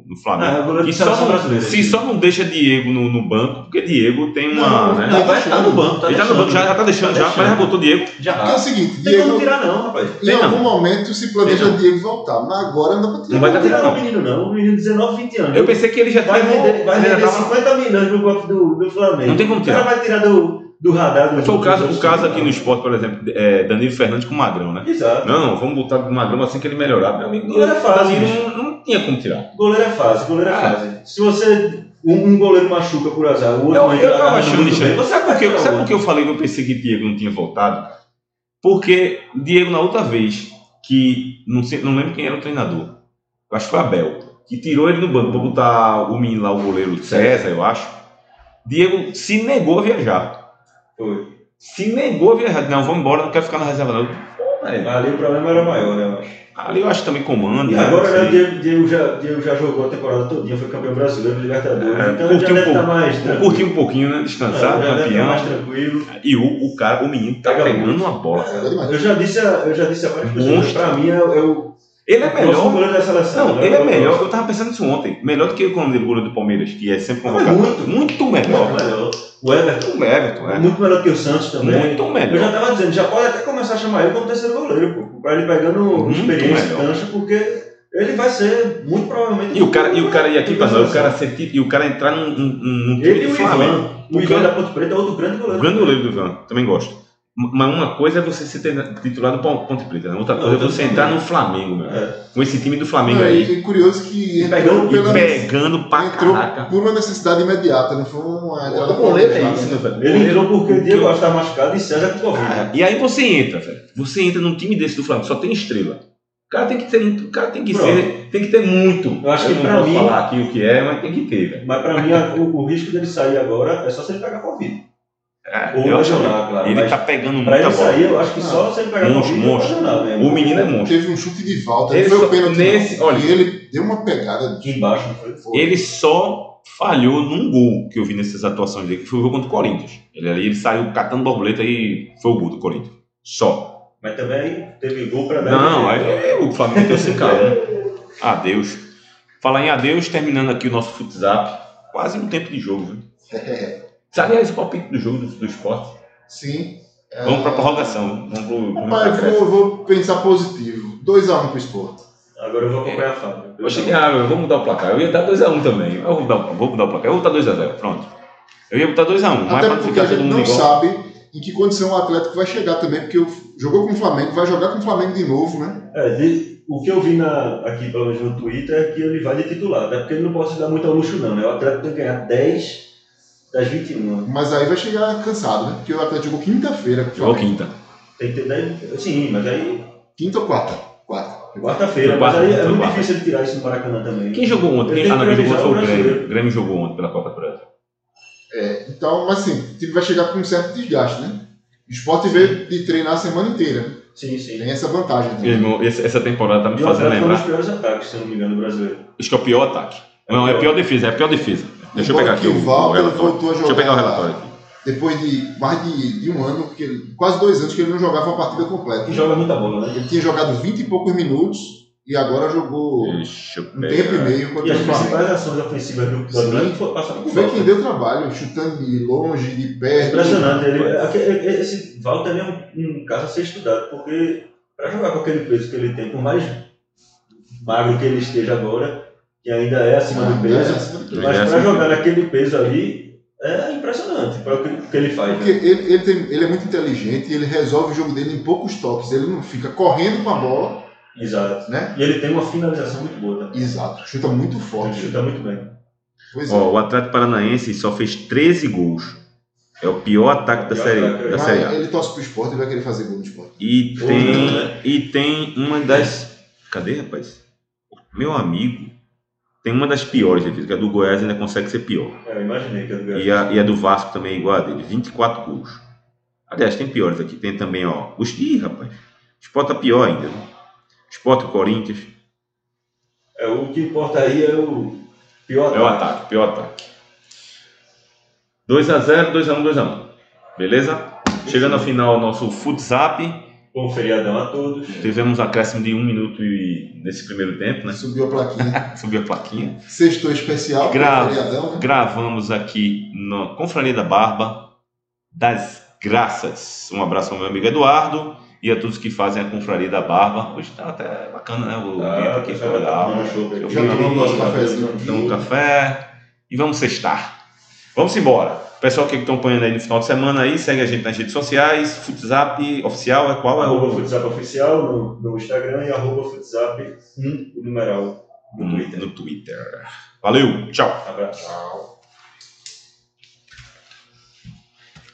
A: no
C: Ah,
A: Flamengo.
C: é o goleiro
A: E
C: do
A: só
C: seleção
A: não-
C: brasileira.
A: se só não deixa Diego no, no banco, porque Diego tem uma.
B: Não,
A: né?
B: não,
C: Não, vai estar no banco, tá
A: ele já no
C: deixando.
A: banco, já, já tá deixando,
C: Tá
A: já, mas já
C: deixando.
A: botou Diego.
B: Porque é o
C: Já.
B: seguinte,
C: Tem como
B: Diego,
C: tirar não, rapaz.
B: em
A: tem
B: algum
A: não.
B: momento se planeja
A: Tem não.
B: Diego voltar, mas agora não dá pra
A: Não
B: tirar.
A: vai
C: Não
A: dar
C: tirar
A: tempo,
C: não, menino não. Um menino de 19, 20 anos.
A: Eu pensei que ele já
C: Vai
A: tava-
C: vender, vai
A: ele já
C: vender
A: tava-
C: 50 milhões no golpe do, do Flamengo.
A: Não tem como tirar.
C: O cara vai tirar do, do radar do
A: Foi o caso,
C: do-
A: o caso aqui no esporte, por exemplo, é, Danilo Fernandes com o Magrão, né?
C: Exato.
A: Não, vamos botar o Magrão assim que ele melhorar. Meu amigo,
C: Não era fácil,
A: Danilo
C: bicho.
A: não, não tinha como tirar.
C: Goleiro é fácil, goleiro é
A: Ah.
C: fácil. Se você. Um, um goleiro machuca por azar, o outro
A: Eu,
C: entra
A: eu tava
C: agarrado
A: achando
C: muito
A: isso
C: bem,
A: aí.
C: Você
A: Sabe por,
C: vai
A: quê?
C: tirar
A: Sabe
C: o
A: por que eu falei que eu pensei que Diego não tinha voltado? Porque Diego, na outra vez, que não, sei, não lembro quem era o treinador, eu acho que foi Abel, que tirou ele no banco pra botar o menino lá, o goleiro César, eu acho. Diego se negou a viajar.
C: outro.
A: Se negou a viajar. Não, vamos embora, não quero ficar na reserva, não. Pô,
C: Foi.
A: velho.
C: Ali o problema era maior, né, eu acho.
A: Ali eu acho também comando.
C: E
A: né?
C: agora,
A: Não
C: né,
A: sei.
C: o Diego, Diego já, Diego já jogou a temporada todinha, foi campeão brasileiro, Libertadores,
A: É,
C: então já
A: curtiu um
C: deve estar
A: pouco.
C: mais tranquilo.
A: Curtir um pouquinho, né? Descansar,
C: É, já deve tá
A: campeão.
C: mais tranquilo.
A: E o, o cara, o menino, tá
C: Pega
A: pegando
C: muito.
A: uma bola.
B: Jogador Tá é demais.
C: Eu já disse a, eu já disse a várias pessoas,
A: Monstro.
C: pra mim é, é o
A: Ele é
C: o
A: melhor
C: goleiro da seleção.
A: Não,
C: né?
A: ele é
C: Eu gosto.
A: melhor. Eu tava pensando nisso ontem. Melhor do que o Conde Lula do Palmeiras, que é sempre convocado.
C: Muito.
A: Muito
C: Muito
A: melhor.
C: melhor. O Everton
A: Muito Everton,
C: é
A: é.
C: muito melhor que o Santos também.
A: Muito
C: Eu já
A: melhor.
C: tava dizendo, já pode até começar a chamar ele como terceiro goleiro, pô. Pra ele pegando
A: Uhum, Muito
C: experiência e
A: melhor.
C: cancha, porque ele vai ser, muito provavelmente...
A: E o cara, e o cara ia aqui pra nós, o
C: seleção.
A: cara ser tit- e o cara entrar num, num, num time
C: Ele e
A: do
C: o
A: Flamengo.
C: Ivan. O
A: O
C: Ivan
A: cara-
C: da Ponte Preta é outro grande
A: O
C: goleiro.
A: grande goleiro do Ivan, também gosto. M- Mas uma coisa é você ser tre- titular do Pon- Ponte Preta, né? outra
C: Não,
A: coisa é
C: eu tô
A: você
C: no
A: entrar no Flamengo, meu.
C: É.
A: Com esse time do
B: Não,
A: Flamengo aí.
B: e, e É curioso que
C: E pegou-
B: entrou,
C: e
A: E
B: pela,
A: pegando pra
B: entrou
A: caraca.
B: por uma necessidade imediata, não foi uma entrada planejada, né?
A: velho?
C: Ele entrou porque o
A: porque- Ah,
C: Diego estava machucado e César com Covid.
A: Cara, e aí você entra, velho. Você entra num time desse do Flamengo, só tem estrela. O cara tem que ter, muito- o cara tem que
C: Pronto.
A: ser, tem que ter muito.
C: Eu acho que
A: não
C: pra
A: posso
C: mim-
A: falar aqui o que é, mas tem que ter, velho.
C: Mas pra mim, a- o, o risco dele sair agora é só se ele pegar Covid.
A: É,
C: Ou
A: eu acho que
C: lesionar, claro.
A: ele
C: mas
A: tá pegando
C: pra
A: muita
C: ele
A: bola.
C: sair, eu acho que só se ele pegar
A: Monstro,
C: Covid
A: monstro.
C: ou lesionar mesmo.
A: O menino é monstro.
B: Teve um chute de volta,
A: Ele
B: ele foi
A: só-
B: o pênalti.
A: nesse-
B: não.
A: olha-
B: e ele deu uma pegada
C: Aqui embaixo, não foi?
B: Foi.
A: Ele só falhou num gol que eu vi nessas atuações dele, que foi o jogo contra o Corinthians. Ele, ali, ele saiu catando borboleta e foi o gol do Corinthians. Só.
C: Mas também aí teve gol pra dar.
A: Não,
C: Mas-
A: aí o Flamengo meteu sem carro, né? Adeus. Falar em adeus, terminando aqui o nosso futzap. Quase um tempo de jogo, viu?
B: É,
A: Sabe esse palpite do jogo do, do esporte?
B: Sim. É,
A: Vamos pra prorrogação. Vamos pro. vamos pra
B: Rapaz, eu
A: acréscimo.
B: vou, vou pensar positivo. 2x1 pro esporte.
C: Agora Agora eu vou acompanhar a Fábio.
A: Eu achei que, ah, eu vou mudar o placar. Eu ia dar 2x1 também. Eu vou mudar, o- vou mudar o placar. Eu vou botar 2x0. Pronto. Eu ia botar 2x1, mas
B: Até
A: pra não
B: porque
A: ficar
B: a
A: todo
B: gente
A: mundo
B: não
A: igual.
B: sabe em que condição o Atlético vai chegar também, porque o- jogou com o Flamengo, vai jogar com o Flamengo de novo, né?
C: É, de- o que eu vi na- aqui, pelo menos no Twitter, é que ele vai de titular, até porque ele não pode se dar muito ao luxo, não, né? O Atlético tem que ganhar 10 das 21.
B: Mas aí vai chegar cansado, né? Porque o Atlético jogou quinta-feira com o
A: Jogou
B: Flamengo.
A: quinta.
C: Tem que ter 10. Sim, mas aí.
B: Quinta ou quarta? Quarta.
C: Quarta-feira, mas
A: Quarta,
C: aí é
A: quarta.
C: muito difícil ele tirar isso no Maracanã também.
A: Quem jogou
C: Eu
A: ontem? Quem,
C: tenho
A: ah, não,
C: que
A: quem jogou ontem foi
C: revisar
A: o
C: o
A: Grêmio.
C: brasileiro.
A: O Grêmio jogou ontem pela Copa do Brasil.
B: Então, mas assim, o time vai chegar com um certo desgaste, né? O esporte veio de treinar a semana inteira.
C: Sim, sim.
B: Tem essa vantagem
A: Meu
C: É.
B: também.
A: irmão, esse- essa temporada tá me
C: E o
A: fazendo
C: Atlético é um dos
A: lembrar.
C: piores ataques, se eu não me engano, do brasileiro.
A: Acho que é o pior ataque. Não, é a pior defesa, é a pior defesa. Deixa eu
B: Embora
A: pegar
B: que
A: aqui
B: o
A: o, o
B: Walter
A: relatório.
B: voltou a
A: Deixa eu pegar o relatório
B: jogar
A: aqui.
B: depois de mais de, de um ano, porque ele- quase dois anos que ele não jogava uma partida completa.
C: E joga muita bola, né?
B: Ele tinha jogado 20 e poucos minutos e agora jogou
A: Deixa eu
B: um tempo e
A: pegar.
B: meio
C: É. E tá
B: contra
C: as
B: o Flamengo.
C: principais ações ofensivas do do
B: Sim.
C: Atlético foram- passaram por
B: Foi quem
C: Walter.
B: deu trabalho, chutando de longe, de perto.
C: né? É Impressionante. Ele, aque- esse Walter ele é um, um caso a ser estudado, porque para jogar com aquele peso que ele tem, por mais magro que ele esteja agora, que ainda é acima do peso,
A: Ele é
C: mas para
A: acima do
C: jogar naquele peso ali é impressionante para o que, o que ele faz.
B: Porque
C: né?
B: ele, ele, tem- ele é muito inteligente e ele resolve o jogo dele em poucos toques. Ele não fica correndo com a bola.
C: Exato.
B: Né?
C: E ele tem uma finalização muito boa também.
B: Exato. Chuta muito
C: Ele
B: forte.
C: chuta muito bem.
B: Pois é.
A: Ó, o Atlético Paranaense só fez 13 gols. É o pior ataque da
C: Pior
A: série,
C: ataque,
A: da
B: Mas
A: série A.
B: ele torce pro esporte e vai querer fazer gol no esporte.
A: E
C: Ou
A: tem,
C: não, né?
A: e tem uma das. Cadê, rapaz? Meu amigo. Tem uma das piores defesas, que a do Goiás ainda consegue ser pior.
C: É, eu imaginei que era do Gabriel.
A: E a, e a do Vasco também é igual a dele, 24 gols. Aliás, tem piores aqui. Tem também, ó. Os... Ih, rapaz. Sport tá pior ainda. Né? Sport Corinthians.
C: É, o que importa aí é o pior
A: É o
C: ataque.
A: ataque, pior ataque. 2x0, 2x1, 2x1. Beleza? Chegando ao final, nosso futsap.
C: Bom feriadão a todos.
A: Tivemos um acréscimo de um minuto e nesse primeiro tempo, né?
B: Subiu a plaquinha.
A: Subiu a plaquinha.
B: Sextou especial.
A: Grave.
B: feriadão, né?
A: gravamos aqui na Confraria da Barba das Graças. Um abraço ao meu amigo Eduardo e a todos que fazem a Confraria da Barba. Hoje tá até bacana, né? O
C: Ah,
A: ambiente
C: tá
A: aqui foi legal. Eu um
B: Já
A: fui
B: tomamos
A: ali,
B: nosso cafezinho aqui.
A: Então, um café e vamos sextar. Vamos embora. Pessoal que estão acompanhando aí no final de semana aí, segue a gente nas redes sociais, Futzap oficial é qual? É
C: Arroba
A: o
C: Futsap Oficial no, no Instagram e arroba Futsap
A: Hum.
C: 1, o numeral, no Twitter.
A: no Twitter. Valeu, tchau.
C: Abraço.
B: Tchau.